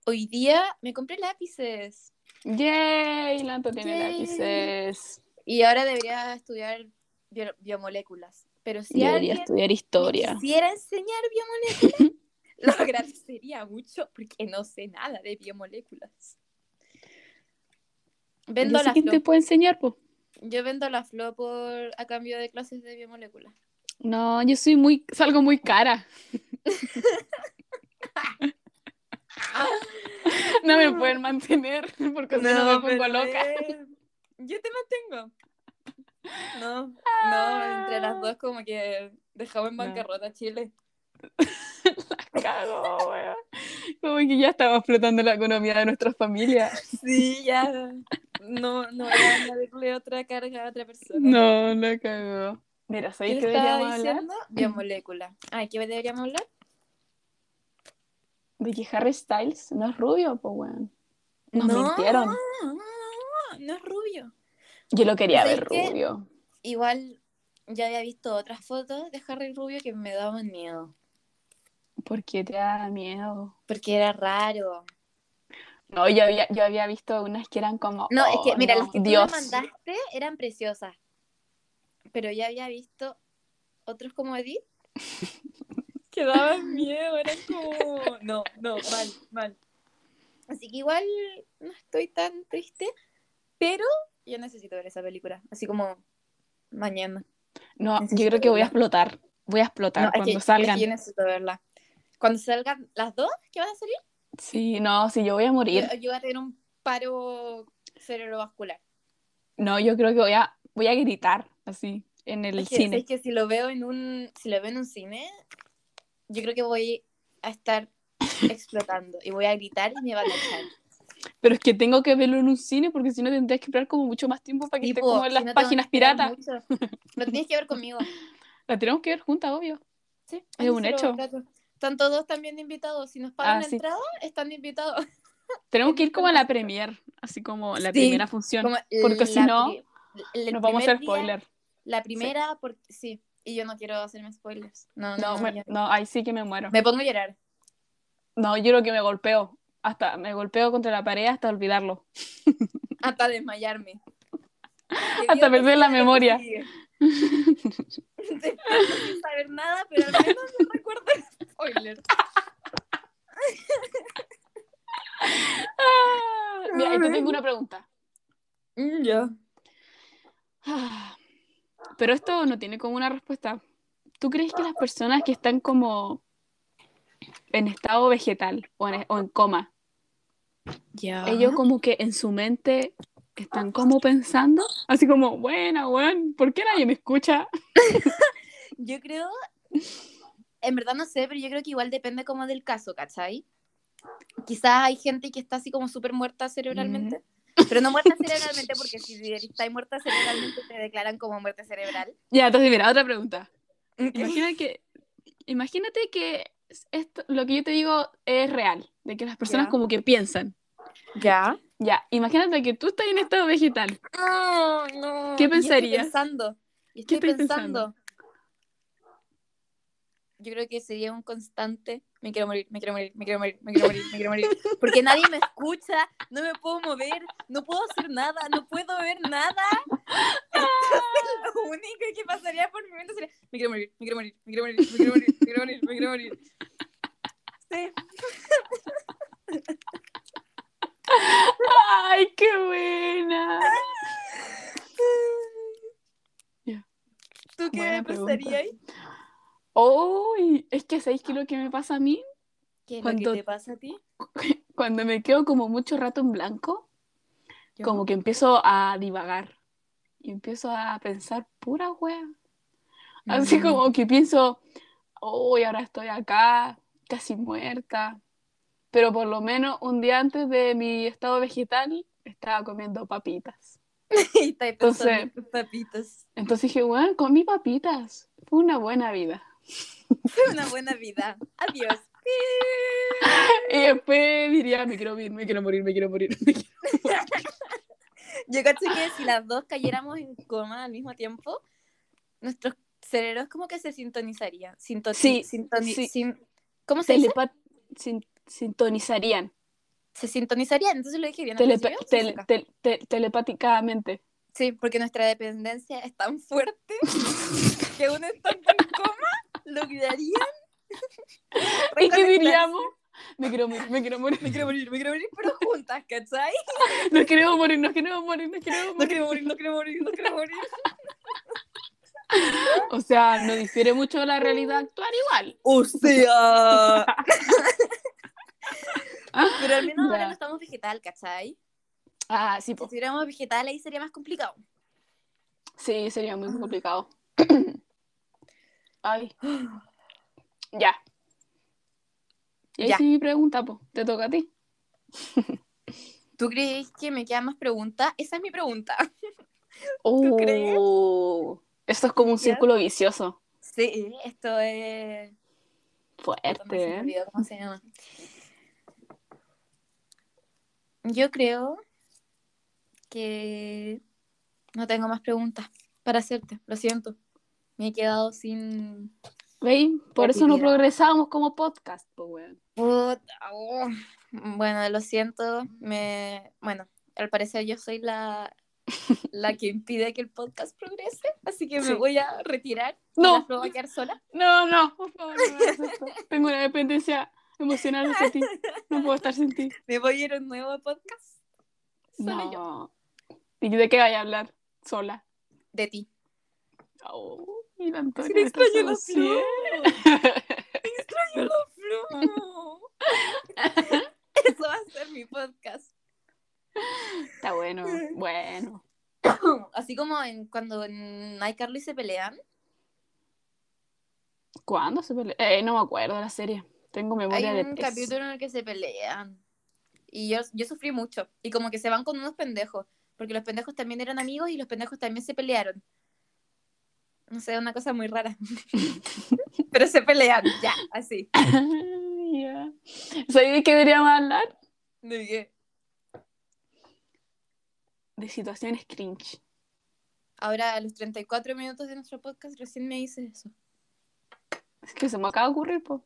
S2: hoy día, me compré lápices.
S1: ¡Yay! La Anto tiene
S2: Yay.
S1: lápices.
S2: Y ahora debería estudiar bio- biomoléculas. Pero si
S1: Yo debería
S2: alguien
S1: estudiar
S2: me
S1: historia.
S2: quisiera enseñar biomoléculas, lo agradecería mucho porque no sé nada de biomoléculas. Vendo
S1: Yo sé
S2: la
S1: quién
S2: Flo.
S1: te puede enseñar, po.
S2: Yo vendo la Flo por a cambio de clases de biomoléculas.
S1: No, yo soy muy, salgo muy cara. No me pueden mantener porque si no me pongo loca.
S2: Yo te mantengo. No, no, entre las dos como que dejaba en
S1: No.
S2: bancarrota Chile.
S1: Cago, weón. Como que ya estaba explotando la economía de nuestras familias.
S2: Sí, ya. No, no voy a darle otra carga a otra persona.
S1: No, la cagó. Mira,
S2: ¿Qué
S1: ¿sabéis qué
S2: le estaba
S1: deberíamos hablar?
S2: diciendo? Biomolécula. Ay, ¿qué deberíamos hablar?
S1: De que Harry Styles no es rubio, pues weón. Nos
S2: No.
S1: mintieron.
S2: No, no es rubio.
S1: Yo lo quería
S2: ¿Sabéis
S1: ver
S2: qué?
S1: rubio.
S2: Igual ya había visto otras fotos de Harry Rubio que me daban miedo.
S1: Porque te da miedo.
S2: Porque era raro.
S1: No, yo había, yo había visto unas que eran como.
S2: No, es
S1: oh,
S2: que, mira,
S1: no,
S2: las que
S1: Dios.
S2: tú me mandaste eran preciosas. Pero ya había visto otros como Edith. que daban miedo, eran como. No, no, mal, mal. Así que igual no estoy tan triste, pero yo necesito ver esa película. Así como mañana.
S1: No, yo
S2: Necesito
S1: creo que voy a
S2: verla.
S1: explotar. Voy a explotar
S2: No, es que-
S1: cuando
S2: es que
S1: salgan.
S2: yo necesito verla. Cuando salgan las dos que van a salir,
S1: Sí, no, sí, yo voy a morir.
S2: yo, yo voy a tener un paro cerebrovascular.
S1: No, yo creo que voy a, voy a gritar así en el
S2: es que,
S1: cine.
S2: es que si lo veo en un si lo veo en un cine, yo creo que voy a estar explotando y voy a gritar y me van a echar.
S1: Pero es que tengo que verlo en un cine porque si no tendrías que esperar como mucho más tiempo para que esté
S2: Tipo,
S1: como en
S2: si
S1: las
S2: no te van a
S1: páginas
S2: esperar
S1: piratas.
S2: mucho. Lo tienes que ver conmigo.
S1: La tenemos que ver juntas, obvio.
S2: Sí,
S1: Es un
S2: se lo
S1: hecho.
S2: trato. Están todos también invitados. Si nos pagan
S1: Ah,
S2: la
S1: sí.
S2: entrada, están invitados.
S1: Tenemos que ir como a la premier, así como la
S2: Sí,
S1: primera función.
S2: Como
S1: Porque si
S2: la
S1: no,
S2: pri- el
S1: Nos vamos a
S2: primer
S1: hacer
S2: día,
S1: spoiler.
S2: La primera, porque sí. Y yo no quiero hacerme spoilers. No, no,
S1: No,
S2: no,
S1: me-
S2: yo-
S1: no, ahí sí que me muero.
S2: me pongo a llorar.
S1: No, yo creo que me golpeo. Hasta me golpeo contra la pared hasta olvidarlo.
S2: Hasta desmayarme. Que
S1: Hasta
S2: Dios me
S1: perder la
S2: sea lo que
S1: memoria.
S2: sigue. Despierto sin saber nada, pero al menos no recuerdo el spoiler.
S1: Ah, Mira, y te tengo una pregunta.
S2: Mm, ya.
S1: Ah, Pero esto no tiene como una respuesta. ¿Tú crees que las personas que están como en estado vegetal o en, o en coma,
S2: Ya.
S1: ellos como que en su mente están como pensando, así como, buena, weón, ¿por qué nadie me escucha?
S2: Yo creo, en verdad no sé, pero yo creo que igual depende como del caso, ¿cachai? Quizás hay gente que está así como súper muerta cerebralmente,
S1: Mm.
S2: pero no muerta cerebralmente porque si estáis muerta cerebralmente te declaran como muerte cerebral.
S1: Ya, entonces mira, otra pregunta. Imagina que, imagínate que esto, lo que yo te digo es real, de que las personas
S2: Ya.
S1: como que piensan.
S2: ¿Ya?
S1: Ya, imagínate que tú estás en estado vegetal.
S2: No, no.
S1: ¿Qué
S2: Y yo
S1: pensarías?
S2: Estoy pensando. y
S1: ¿Qué
S2: Estoy
S1: estáis
S2: pensando. Yo creo que sería un constante. Me quiero morir, me quiero morir, me quiero morir, me quiero morir, me quiero morir. Porque nadie me escucha, no me puedo mover, no puedo hacer nada, no puedo ver nada. Entonces, lo único que pasaría por mi mente sería: me quiero morir, me quiero morir, me quiero morir, me quiero morir, me quiero morir, me quiero morir. Sí.
S1: ¡Ay, qué buena! Ya.
S2: ¿Tú qué
S1: Buena pregunta.
S2: pensarías?
S1: ¡Uy! es que ¿sabéis qué es lo que me pasa a mí?
S2: ¿Qué es lo
S1: Cuando-
S2: que te pasa a ti?
S1: Cuando me quedo como mucho rato en blanco,
S2: Yo-
S1: como que empiezo a divagar. Y empiezo a pensar pura wea. Así
S2: Mm.
S1: como que pienso, uy, ahora estoy acá, casi muerta. Pero por lo menos un día antes de mi estado vegetal estaba comiendo papitas.
S2: Y estáis pensando
S1: Entonces-
S2: en tus papitos.
S1: Entonces dije, bueno, comí papitas. Fue una buena vida.
S2: Fue una buena vida. Adiós.
S1: Y después diría, me quiero morir, me quiero morir, me quiero morir. me quiero-
S2: Yo cacho que si las dos cayéramos en coma al mismo tiempo, nuestros cerebros como que se sintonizarían. Sinto-
S1: Sí,
S2: sintoni-
S1: sí.
S2: sin- ¿Cómo se dice?
S1: Telepa- sin- sintonizarían.
S2: Se sintonizarían. Entonces lo dije bien. al
S1: Telepa-
S2: principio,
S1: tel-
S2: sí, acá.
S1: tel- tel- telepáticamente.
S2: Sí, porque nuestra dependencia es tan fuerte que uno estando en coma lograrían.
S1: ¿Y qué
S2: reconectarse.
S1: diríamos? Me quiero morir, me quiero morir.
S2: Me quiero morir, me quiero morir, pero juntas, ¿cachai?
S1: Nos queremos morir, nos queremos morir, nos queremos
S2: No
S1: morir.
S2: quiero morir, no quiero morir, no quiero morir.
S1: O sea, no difiere mucho de la
S2: Uh.
S1: realidad actual igual.
S2: O sea. Pero al menos
S1: Ya.
S2: ahora no estamos vegetal, ¿cachai?
S1: Ah, sí,
S2: Si
S1: po.
S2: estuviéramos vegetal ahí sería más complicado.
S1: sí, sería
S2: Ah.
S1: muy complicado. Ay. Ya. Y ahí
S2: Ya.
S1: sí mi pregunta, po. Te toca a ti.
S2: ¿Tú crees que me quedan más preguntas? Esa es mi pregunta. crees?
S1: Oh, esto es como un
S2: Ya.
S1: círculo vicioso.
S2: Sí, esto es... Puta, me se me
S1: Fuerte. ¿eh?
S2: olvidó ¿Cómo se llama? Yo creo que no tengo más preguntas para hacerte, lo siento. Me he quedado sin...
S1: ¿Veis? Por eso no
S2: Creatividad.
S1: progresamos como podcast, po, weón.
S2: Puta, oh. Bueno, lo siento. Me... Bueno, al parecer yo soy la... la que impide que el podcast progrese, así que me
S1: Sí.
S2: voy a retirar.
S1: No.
S2: La Flo va a quedar sola.
S1: No, no, por favor, no me hagas esto. Tengo una dependencia emocional hacia ti. No puedo estar sin ti.
S2: Me voy a ir a un nuevo podcast. Sola yo.
S1: No. ¿Y de qué vaya a hablar? Sola.
S2: De ti.
S1: Oh, y la Antonia
S2: Sí, le
S1: me está
S2: extraño la
S1: seduciendo.
S2: Yo la Flo. Eso va a ser mi podcast.
S1: Está bueno, bueno.
S2: Así como en cuando en iCarly se pelean,
S1: ¿Cuándo se peleó? Eh, no me acuerdo de la serie. Tengo
S2: hay
S1: memoria de
S2: un
S1: pez.
S2: capítulo en el que se pelean. Y yo, yo sufrí mucho. Y como que se van con unos pendejos. Porque los pendejos también eran amigos y los pendejos también se pelearon. No sé, una cosa muy rara. Pero se pelean, ya, así.
S1: Ya. ¿Sabéis de qué deberíamos hablar?
S2: De que
S1: De situaciones cringe.
S2: Ahora, a los 34 minutos de nuestro podcast, recién me hice eso.
S1: Es que se me acaba de ocurrir, po.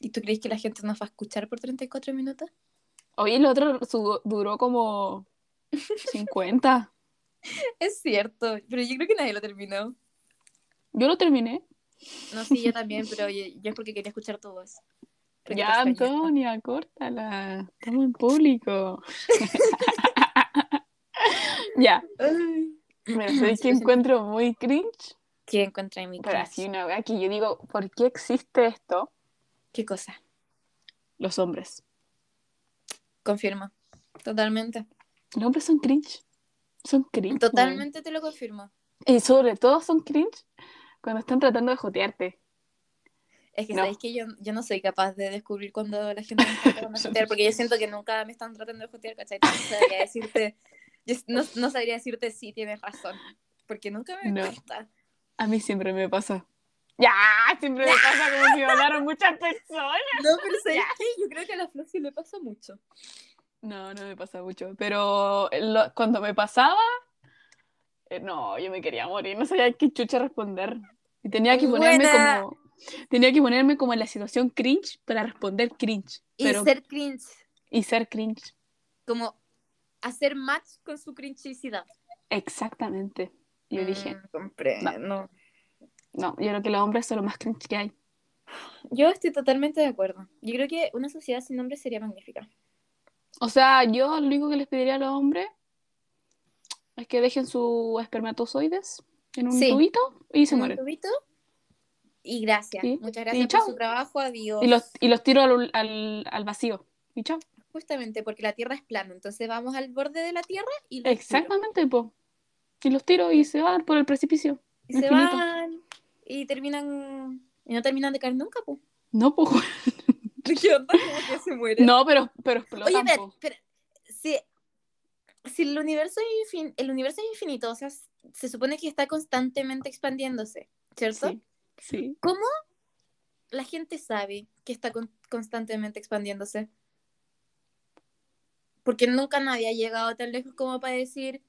S2: ¿Y tú crees que la gente nos va a escuchar por 34 minutos?
S1: Oye, el otro su- duró como 50.
S2: Es cierto, pero yo creo que nadie lo terminó.
S1: Yo lo terminé.
S2: No, sí, yo también, pero oye, yo es porque quería escuchar tu voz. Porque
S1: Ya,
S2: te extrañé.
S1: Antonia, córtala. Estamos en público. Ya,
S2: Ay.
S1: mira, ¿sabéis que encuentro muy cringe?
S2: ¿Qué encontré en mi
S1: Pero
S2: clase?
S1: así una wea que yo digo, ¿por qué existe esto?
S2: ¿Qué cosa?
S1: Los hombres.
S2: Confirmo. Totalmente.
S1: Los hombres son cringe. Son cringe. weón.
S2: Totalmente te lo confirmo.
S1: Y sobre todo son cringe cuando están tratando de jotearte.
S2: Es que
S1: No.
S2: sabéis que yo, yo no soy capaz de descubrir cuando la gente me está tratando de jotear, porque yo siento que nunca me están tratando de jotear, ¿cachai? No sabría decirte, yo no, no sabría decirte si tienes razón, porque nunca me
S1: No.
S2: cuesta.
S1: A mí siempre me pasa. Ya, siempre me pasa como si me hablaron muchas personas.
S2: No, pero ¿sabéis qué? Yo creo que a la Flo sí le pasa mucho.
S1: No, no me pasa mucho. Pero eh, lo- cuando me pasaba, eh, no, yo me quería morir. No sabía qué chucha responder. Y tenía que ponerme
S2: Buena.
S1: como. Tenía que ponerme como en la situación cringe para responder cringe.
S2: Y
S1: Pero,
S2: ser cringe,
S1: y ser cringe.
S2: como hacer match con su cringicidad.
S1: Exactamente. Yo
S2: Mm.
S1: dije,
S2: comprendo.
S1: no, yo creo que los hombres son los más cringe que hay.
S2: Yo estoy totalmente de acuerdo. Yo creo que una sociedad sin hombres sería magnífica.
S1: O sea, yo lo único que les pediría a los hombres es que dejen sus espermatozoides en un
S2: Sí.
S1: tubito y se
S2: Un
S1: mueren.
S2: tubito. Y gracias.
S1: Sí.
S2: Muchas
S1: Y
S2: gracias por
S1: chao.
S2: su trabajo. Adiós.
S1: Y los, y los tiro al, al, al vacío. Y chao.
S2: Justamente porque la Tierra es plana, entonces vamos al borde de la Tierra y los
S1: Exactamente, po. Y los tiro y se van por el precipicio.
S2: tiros. Y se
S1: infinito.
S2: van y terminan y no terminan de caer nunca, po.
S1: No, po.
S2: ¿Qué onda? Como que se mueren.
S1: No, pero, pero
S2: Oye,
S1: explotan,
S2: pero,
S1: po.
S2: pero si, si el universo es infin- el universo es infinito, o sea, s- se supone que está constantemente expandiéndose, ¿cierto?
S1: Sí, sí.
S2: La gente sabe que está con- constantemente expandiéndose. Porque nunca nadie ha llegado tan lejos como para decir,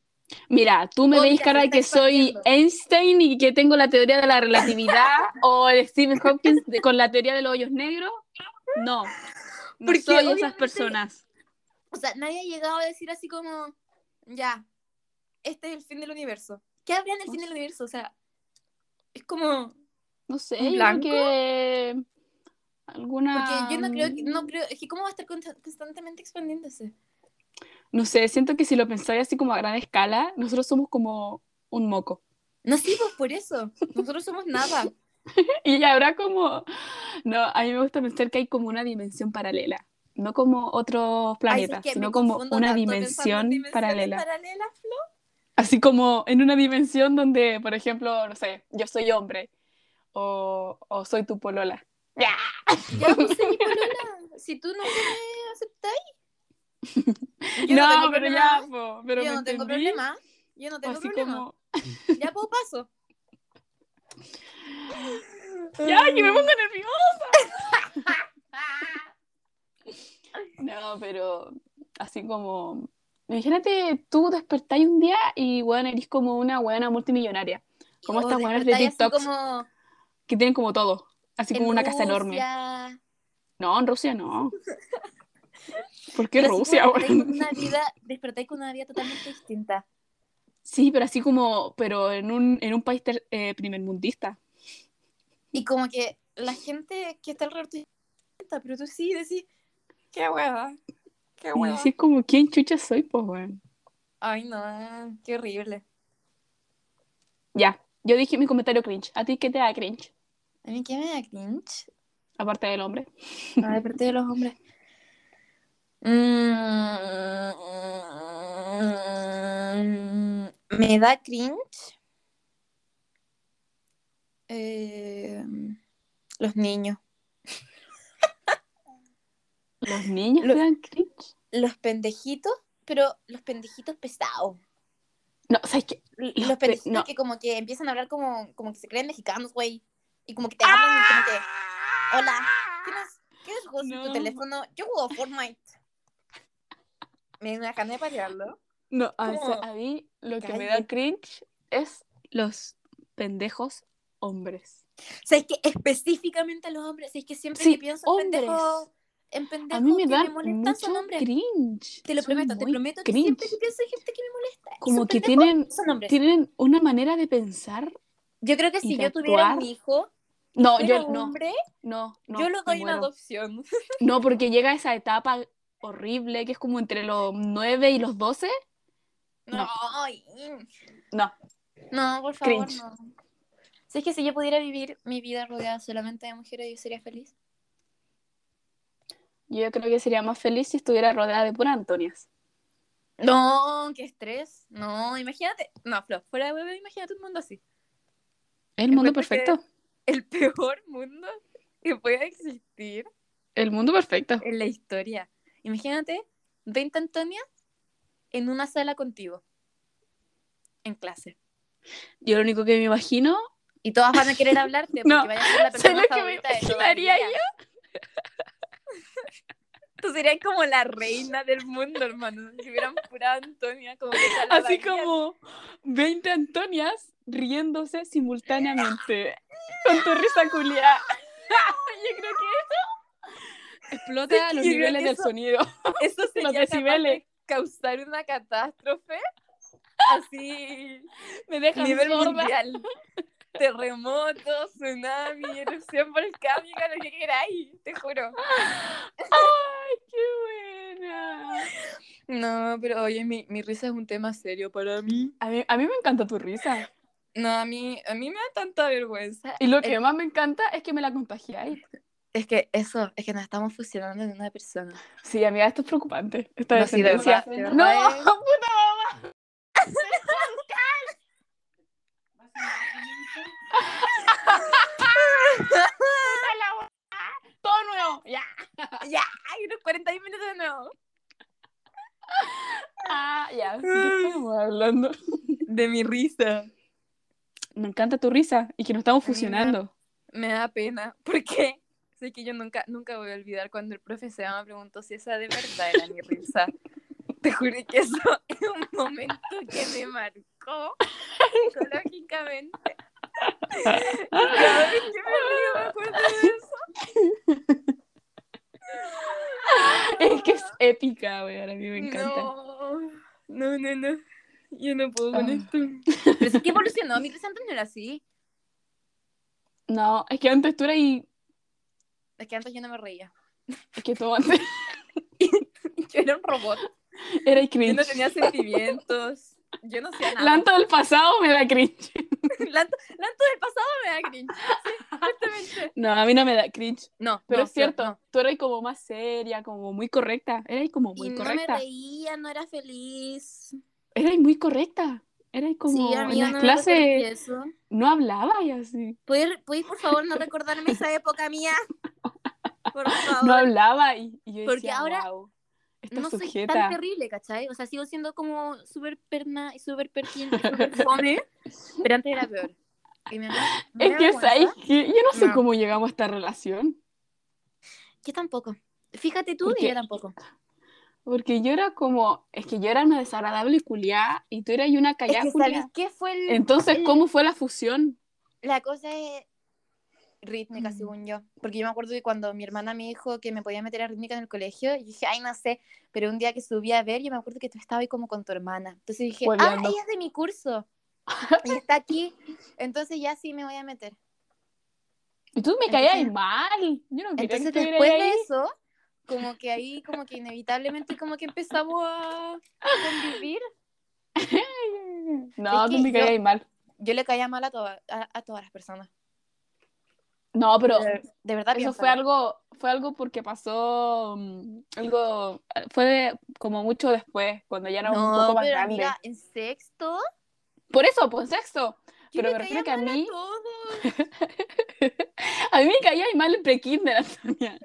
S1: Mira, tú me
S2: Oh,
S1: veis
S2: mira,
S1: cara
S2: se
S1: de
S2: está
S1: que soy
S2: expandiendo.
S1: Einstein y que tengo la teoría de la relatividad o el Stephen Hopkins de- con la teoría de los hoyos negros. No. No
S2: Porque
S1: soy esas
S2: obviamente-
S1: personas.
S2: O sea, nadie ha llegado a decir así como, ya, este es el fin del universo. ¿Qué habría en el
S1: No
S2: fin
S1: sé.
S2: del universo? O sea, es como...
S1: No sé,
S2: ¿Un
S1: yo creo
S2: blanco?
S1: que alguna.
S2: Porque yo no creo que...
S1: Um.
S2: No creo... Es que cómo va a estar consta- constantemente expandiéndose.
S1: No sé, siento que si lo pensáis así como a gran escala, nosotros somos como un moco.
S2: No, sí, pues por eso. Nosotros somos nada.
S1: Y habrá como. No, a mí me gusta pensar que hay como una dimensión paralela. No como otros
S2: Ay, sí,
S1: planetas,
S2: es que me
S1: sino como
S2: confundo
S1: una
S2: tanto pensando en
S1: dimensión
S2: dimensiones
S1: paralela.
S2: paralelas.
S1: Así como en una dimensión donde, por ejemplo, no sé, yo soy hombre o, o soy tu polola.
S2: Ya, pues soy mi polola. Si tú no me aceptáis. Yo
S1: no,
S2: tengo
S1: pero
S2: problema.
S1: ya, po, pero
S2: yo
S1: me
S2: no tengo
S1: entendí.
S2: problema. Yo no tengo
S1: Así
S2: problema.
S1: como,
S2: Ya, pues paso.
S1: ya, que me pongo nerviosa.
S2: Ah,
S1: No, pero así como. Imagínate, tú despertáis un día y, bueno, eres como una buena multimillonaria. Como
S2: O
S1: estas weonas de
S2: despertáis así
S1: TikToks
S2: como
S1: que tienen como todo. Así
S2: en
S1: como una casa enorme.
S2: Rusia.
S1: No, en Rusia no. ¿Por qué
S2: Pero así como
S1: Rusia,
S2: despertáis
S1: weón?
S2: con una vida, despertáis con una vida totalmente distinta.
S1: Sí, pero así como, pero en un, en un país ter- eh, primermundista.
S2: Y como que la gente que está alrededor tuyo es distinta, pero tú sí decís, qué hueva, qué
S1: Y
S2: hueva.
S1: así como, ¿quién chucha soy, pues, weón?
S2: Ay, no, qué horrible.
S1: Ya, yo dije mi comentario cringe. ¿A ti qué te da cringe?
S2: A mí qué me da cringe.
S1: Aparte del hombre.
S2: A ver, parte de los hombres. Mm, me da cringe. eh, los niños.
S1: ¿Los niños
S2: Lo-
S1: te dan cringe?
S2: Los pendejitos, pero los pendejitos pesados.
S1: No, ¿sabes qué?
S2: L-
S1: Los
S2: Los,
S1: pe-
S2: pendejitos
S1: no.
S2: que como que empiezan a hablar como, como que se creen mexicanos, güey. Y como que te hablan y como que, hola, ¿tienes, ¿quieres jugar en
S1: No.
S2: tu teléfono? Yo juego a Fortnite. Me da ganas de patearlo.
S1: No, a,
S2: ¿Cómo?
S1: a mí lo que me da
S2: Calle.
S1: cringe es los pendejos hombres.
S2: O sea, es que específicamente a los hombres, es que siempre
S1: Sí,
S2: que pienso en
S1: hombres.
S2: pendejos, en pendejos
S1: A mí me
S2: que
S1: da
S2: me molestan son
S1: mucho
S2: hombres.
S1: cringe.
S2: Te lo
S1: Son
S2: prometo, te
S1: muy
S2: prometo que
S1: cringe.
S2: siempre que pienso en gente que me molesta, y
S1: Como
S2: son
S1: que
S2: pendejos,
S1: tienen,
S2: son hombres.
S1: tienen una manera de pensar.
S2: Yo creo que si yo tuviera un
S1: interactuar.
S2: hijo,
S1: No,
S2: fuera
S1: yo no,
S2: hombre,
S1: no, no.
S2: yo lo
S1: me
S2: doy en
S1: muero.
S2: adopción.
S1: No, porque llega esa etapa horrible que es como entre los 9 y los 12,
S2: No,
S1: No.
S2: ay,
S1: No.
S2: no, por favor,
S1: Cringe.
S2: no. Si es que si yo pudiera vivir mi vida rodeada solamente de mujeres, yo sería feliz.
S1: Yo creo que sería más feliz si estuviera rodeada de puras Antonias.
S2: No, qué estrés. No, imagínate. No, Flo, fuera de huevo, imagínate un mundo así.
S1: Es el mundo
S2: Encuentro que-
S1: perfecto.
S2: El peor mundo que pueda existir
S1: El mundo perfecto.
S2: en la historia. Imagínate 20 Antonias en una sala contigo, en clase.
S1: Yo lo único que me imagino
S2: Y todas van a querer hablarte porque
S1: No,
S2: vaya a ser
S1: ¿sabes
S2: la
S1: lo
S2: persona
S1: que me
S2: favorita de todas
S1: imaginaría
S2: ellas. Tú serías como la reina del mundo, hermano. Si hubieran pura Antonia, como que
S1: Así
S2: salvarías.
S1: como 20 Antonias riéndose simultáneamente con tu risa culiada. Yo creo que eso explota
S2: Sí,
S1: los
S2: yo creo
S1: niveles
S2: que
S1: del
S2: eso-
S1: sonido.
S2: Eso sería capaz
S1: decibeles.
S2: de causar una catástrofe así
S1: Me deja
S2: a nivel mundial. Terremoto, tsunami, erupción volcánica, lo que queráis, te juro.
S1: ¡Ay, qué buena!
S2: No, pero oye, mi, mi risa es un tema serio para mí.
S1: A mí, a mí me encanta tu risa.
S2: No, a mí, a mí me da tanta vergüenza.
S1: Y lo que más me encanta es que me la contagiáis.
S2: Es que eso, es que nos estamos fusionando en una persona.
S1: Sí, amiga, esto es preocupante. Esta
S2: No, sí, de
S1: descendencia.
S2: verdad, de verdad
S1: ¡No! puta
S2: es-
S1: la weá! ¡Todo nuevo! ¡Ya!
S2: Ya, hay unos 40 minutos de nuevo.
S1: Ah, ya. ¿De qué estamos hablando?
S2: De mi risa.
S1: Me encanta tu risa y que nos estamos
S2: A mí me-
S1: fusionando.
S2: Me da pena, porque sé que yo nunca, nunca voy a olvidar cuando el profesor me preguntó si esa de verdad era mi risa. Te juro que eso es un momento que me marcó psicológicamente. Y Cada vez que me río me acuerdo de eso.
S1: Es que es épica, weón. A mí me encanta.
S2: No, no, no, no. Yo no puedo con
S1: Ah.
S2: esto. Pero es que evolucionó, mi risa antes no era así.
S1: No, es que antes tú eras y...
S2: Es que antes yo no me reía.
S1: Es que tú antes
S2: Yo era un robot.
S1: eras
S2: Yo
S1: cringe.
S2: no tenía sentimientos. Yo no hacía nada.
S1: Lanto del pasado me da cringe.
S2: Lanto, Lanto del pasado me da cringe. Sí, justamente.
S1: No, a mí no me da cringe.
S2: No,
S1: Pero
S2: no,
S1: es cierto,
S2: no.
S1: tú eras como más seria, como muy correcta. Eras como muy
S2: y no
S1: correcta.
S2: me reía, no era feliz.
S1: Eras muy correcta. Eras como
S2: sí,
S1: en
S2: amiga,
S1: las
S2: no me
S1: clases
S2: acuerdo de eso.
S1: no hablabas y así.
S2: ¿Puedes, puedes, por favor, no recordarme esa época mía? Por favor.
S1: No hablaba y, y yo
S2: Porque
S1: decía,
S2: ahora
S1: wow, esta
S2: no soy tan
S1: sujeta.
S2: terrible, ¿cachai? O sea, sigo siendo como súper perna y súper perkin y súper fome. Pero antes era peor. Y me da- me
S1: Es
S2: da
S1: que,
S2: vergüenza.
S1: ¿sabes qué? Yo no sé
S2: No.
S1: cómo llegamos a esta relación.
S2: Yo tampoco. Fíjate tú,
S1: ¿Por
S2: y
S1: qué?
S2: yo tampoco.
S1: Porque yo era como, es que yo era una desagradable culiá y tú eras una
S2: Es
S1: callada
S2: que, ¿sabes
S1: culiá.
S2: qué fue el,
S1: Entonces,
S2: el-
S1: ¿cómo fue la fusión?
S2: La cosa es rítmica,
S1: Mm.
S2: según yo. Porque yo me acuerdo que cuando mi hermana me dijo que me podía meter a rítmica en el colegio, yo dije, ay, no sé. Pero un día que subí a ver, yo me acuerdo que tú estabas ahí como con tu hermana. Entonces dije,
S1: Hueveando.
S2: ah, ella es de mi curso. Y está aquí. Entonces ya sí me voy a meter.
S1: Y tú me
S2: Entonces-
S1: caías mal. Yo no quería
S2: Entonces
S1: que estuvieras
S2: después
S1: ahí.
S2: de eso, como que ahí, como que inevitablemente, como que empezamos a convivir.
S1: No,
S2: Es
S1: tú
S2: que
S1: me
S2: yo-
S1: caías mal.
S2: Yo le caía mal a, toda- a, a todas las personas.
S1: No, pero
S2: de, de verdad,
S1: eso
S2: piénsalo.
S1: fue algo, fue algo porque pasó mm, algo, fue de- como mucho después, cuando ya era un
S2: No,
S1: poco más
S2: pero
S1: grande.
S2: amiga, en sexto,
S1: Por eso, por sexto.
S2: yo
S1: Pero
S2: le
S1: me refiero
S2: caía
S1: que a
S2: mal
S1: mí-
S2: todos.
S1: A mí me caía mal el pre-kinder, Antonia.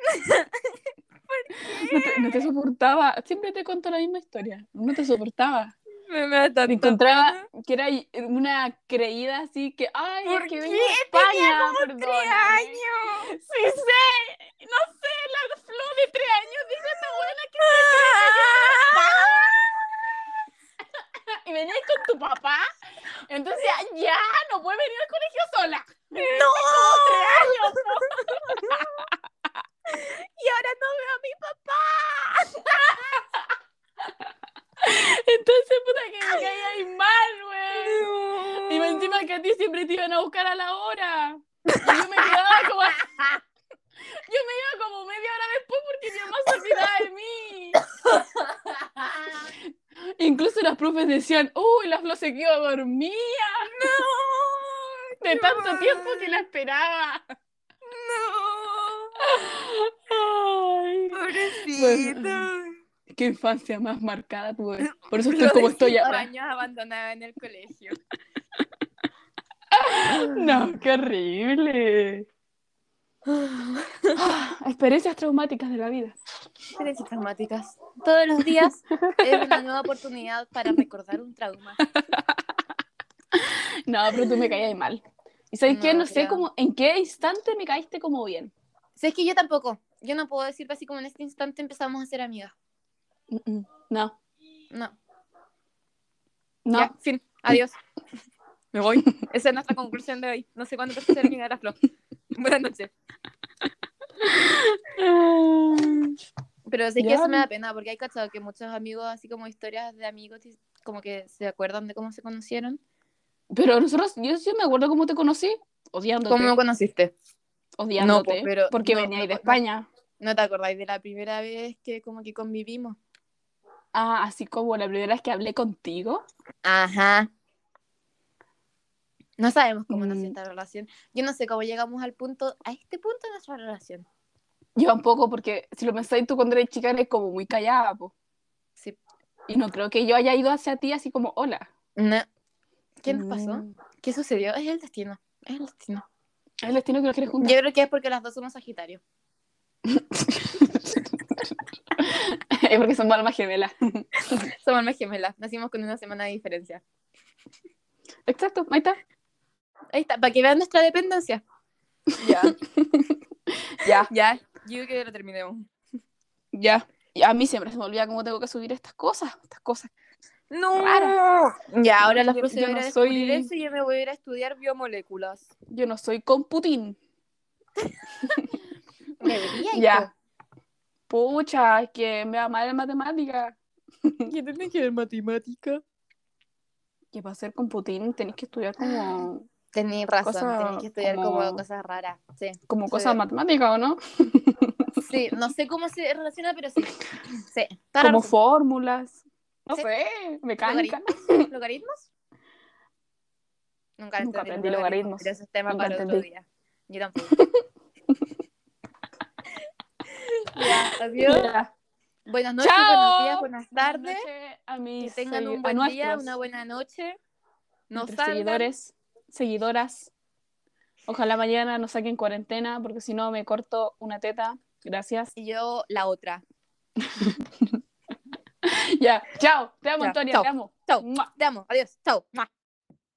S1: No te, no te soportaba. Siempre te cuento la misma historia. No te soportaba.
S2: Me, me da tanta
S1: Me encontraba
S2: pena.
S1: que era una creída así que, ay,
S2: ¿Por
S1: es que
S2: qué?
S1: vengo de España, perdón. ¿eh?
S2: ¡Tres años!
S1: Sí sé, no sé, la flor de tres años dijo esta buena que
S2: Ah.
S1: y venías con tu papá. Entonces ya, ya, no puedes venir al colegio sola.
S2: ¡No!
S1: Tres años.
S2: Y ahora no veo a mi papá.
S1: Entonces, puta, que me caía ahí mal, güey. Y encima que a ti siempre te iban a buscar a la hora. Y yo me quedaba como... Yo me iba como media hora después porque mi mamá se olvidaba de mí. Incluso los profes decían, uy, la Flo se quedó dormida
S2: ¡No!
S1: de
S2: qué
S1: tanto
S2: mal.
S1: tiempo que la esperaba.
S2: ¡No!
S1: Ay,
S2: ¡Pobrecito!
S1: qué infancia más marcada tuve. Por eso estoy pues, como estoy pues.
S2: Pobrecito,
S1: ahora.
S2: años abandonada en el colegio.
S1: No, qué horrible. Ah, Experiencias traumáticas de la vida.
S2: Experiencias traumáticas. Todos los días es una nueva oportunidad para recordar un trauma.
S1: No, pero tú me caías mal. ¿Y sabes qué?
S2: No,
S1: No sé
S2: creo.
S1: cómo, en qué instante me caíste como bien.
S2: Si es que yo tampoco. Yo no puedo decirte así como en este instante empezamos a ser amigas.
S1: Mm, mm, No,
S2: No.
S1: no.
S2: Ya, fin. Adiós. Me voy. Esa es nuestra conclusión de hoy. No sé cuándo empezó a ser amiga de la flor. Buenas noches. Pero sé que
S1: Ya.
S2: eso me da pena porque hay cachado que muchos amigos, así como historias de amigos, y como que se acuerdan de cómo se conocieron.
S1: Pero nosotros, yo, yo me acuerdo cómo te conocí, odiándote.
S2: ¿Cómo me conociste?
S1: Odiándote.
S2: No, po, pero-
S1: porque
S2: no,
S1: venía
S2: no,
S1: de
S2: no.
S1: España.
S2: ¿No te acordáis de la primera vez que como que convivimos?
S1: Ah, así como la primera vez que hablé contigo.
S2: Ajá. No sabemos cómo nació
S1: Mm.
S2: esta relación. Yo no sé cómo llegamos al punto, a este punto de nuestra relación.
S1: Yo un poco, porque si lo pensáis tú cuando eres chica eres como muy callada, po.
S2: Sí.
S1: Y no creo que yo haya ido hacia ti así como, hola.
S2: No. ¿Qué nos pasó?
S1: Mm.
S2: ¿Qué sucedió? Es el destino. Es el destino.
S1: Es el destino que nos quiere juntar.
S2: Yo creo que es porque las dos somos Sagitario.
S1: Es porque somos almas gemelas.
S2: Somos almas gemelas. Nacimos con una semana de diferencia.
S1: Exacto, ahí está.
S2: Ahí está, para que vean nuestra dependencia. Ya,
S1: Ya,
S2: ya. Yo creo que lo terminemos.
S1: ya. Y a mí siempre se me olvida cómo tengo que subir estas cosas, estas cosas.
S2: No.
S1: Rara.
S2: Ya, ahora las
S1: Yo-
S2: cosas
S1: yo
S2: van
S1: no
S2: a
S1: soy-
S2: descubrir eso y yo me voy a ir a estudiar biomoléculas.
S1: Yo no soy con Putin.
S2: Debería
S1: Ya.
S2: pues.
S1: Pucha, es que me va mal en matemática.
S2: ¿Qué tenés que ver matemática?
S1: Que para ser con Putin tenés que estudiar como,
S2: Tenés razón,
S1: Cosa
S2: tenés que estudiar como...
S1: como-
S2: cosas raras. Sí.
S1: como
S2: Sí.
S1: cosas matemáticas, ¿o no?
S2: sí, no sé cómo se relaciona, pero sí. Sí, toda la
S1: Como
S2: razón.
S1: fórmulas. No
S2: Sí.
S1: sé, mecánica.
S2: ¿Logaritmos? ¿Logaritmos? Nunca,
S1: Nunca
S2: entendí
S1: aprendí logaritmos.
S2: Pero ese es tema
S1: Nunca
S2: para otro
S1: entendí.
S2: día. Yo tampoco. ya, adiós.
S1: Ya.
S2: Buenas noches,
S1: Chao.
S2: buenos días, buenas tardes.
S1: Buenas noches a
S2: Que
S1: mis
S2: tengan
S1: segui-
S2: un
S1: a
S2: buen día,
S1: nuestros-
S2: una buena noche. Nos
S1: nuestros
S2: salgan.
S1: seguidores, seguidoras. Ojalá mañana nos saquen cuarentena, porque si no me corto una teta. Gracias.
S2: Y yo la otra.
S1: Ya, chao. Te amo,
S2: Ya,
S1: Antonia,
S2: chao.
S1: te amo.
S2: Chao.
S1: Mua.
S2: Te amo. Adiós. Chao. Mua.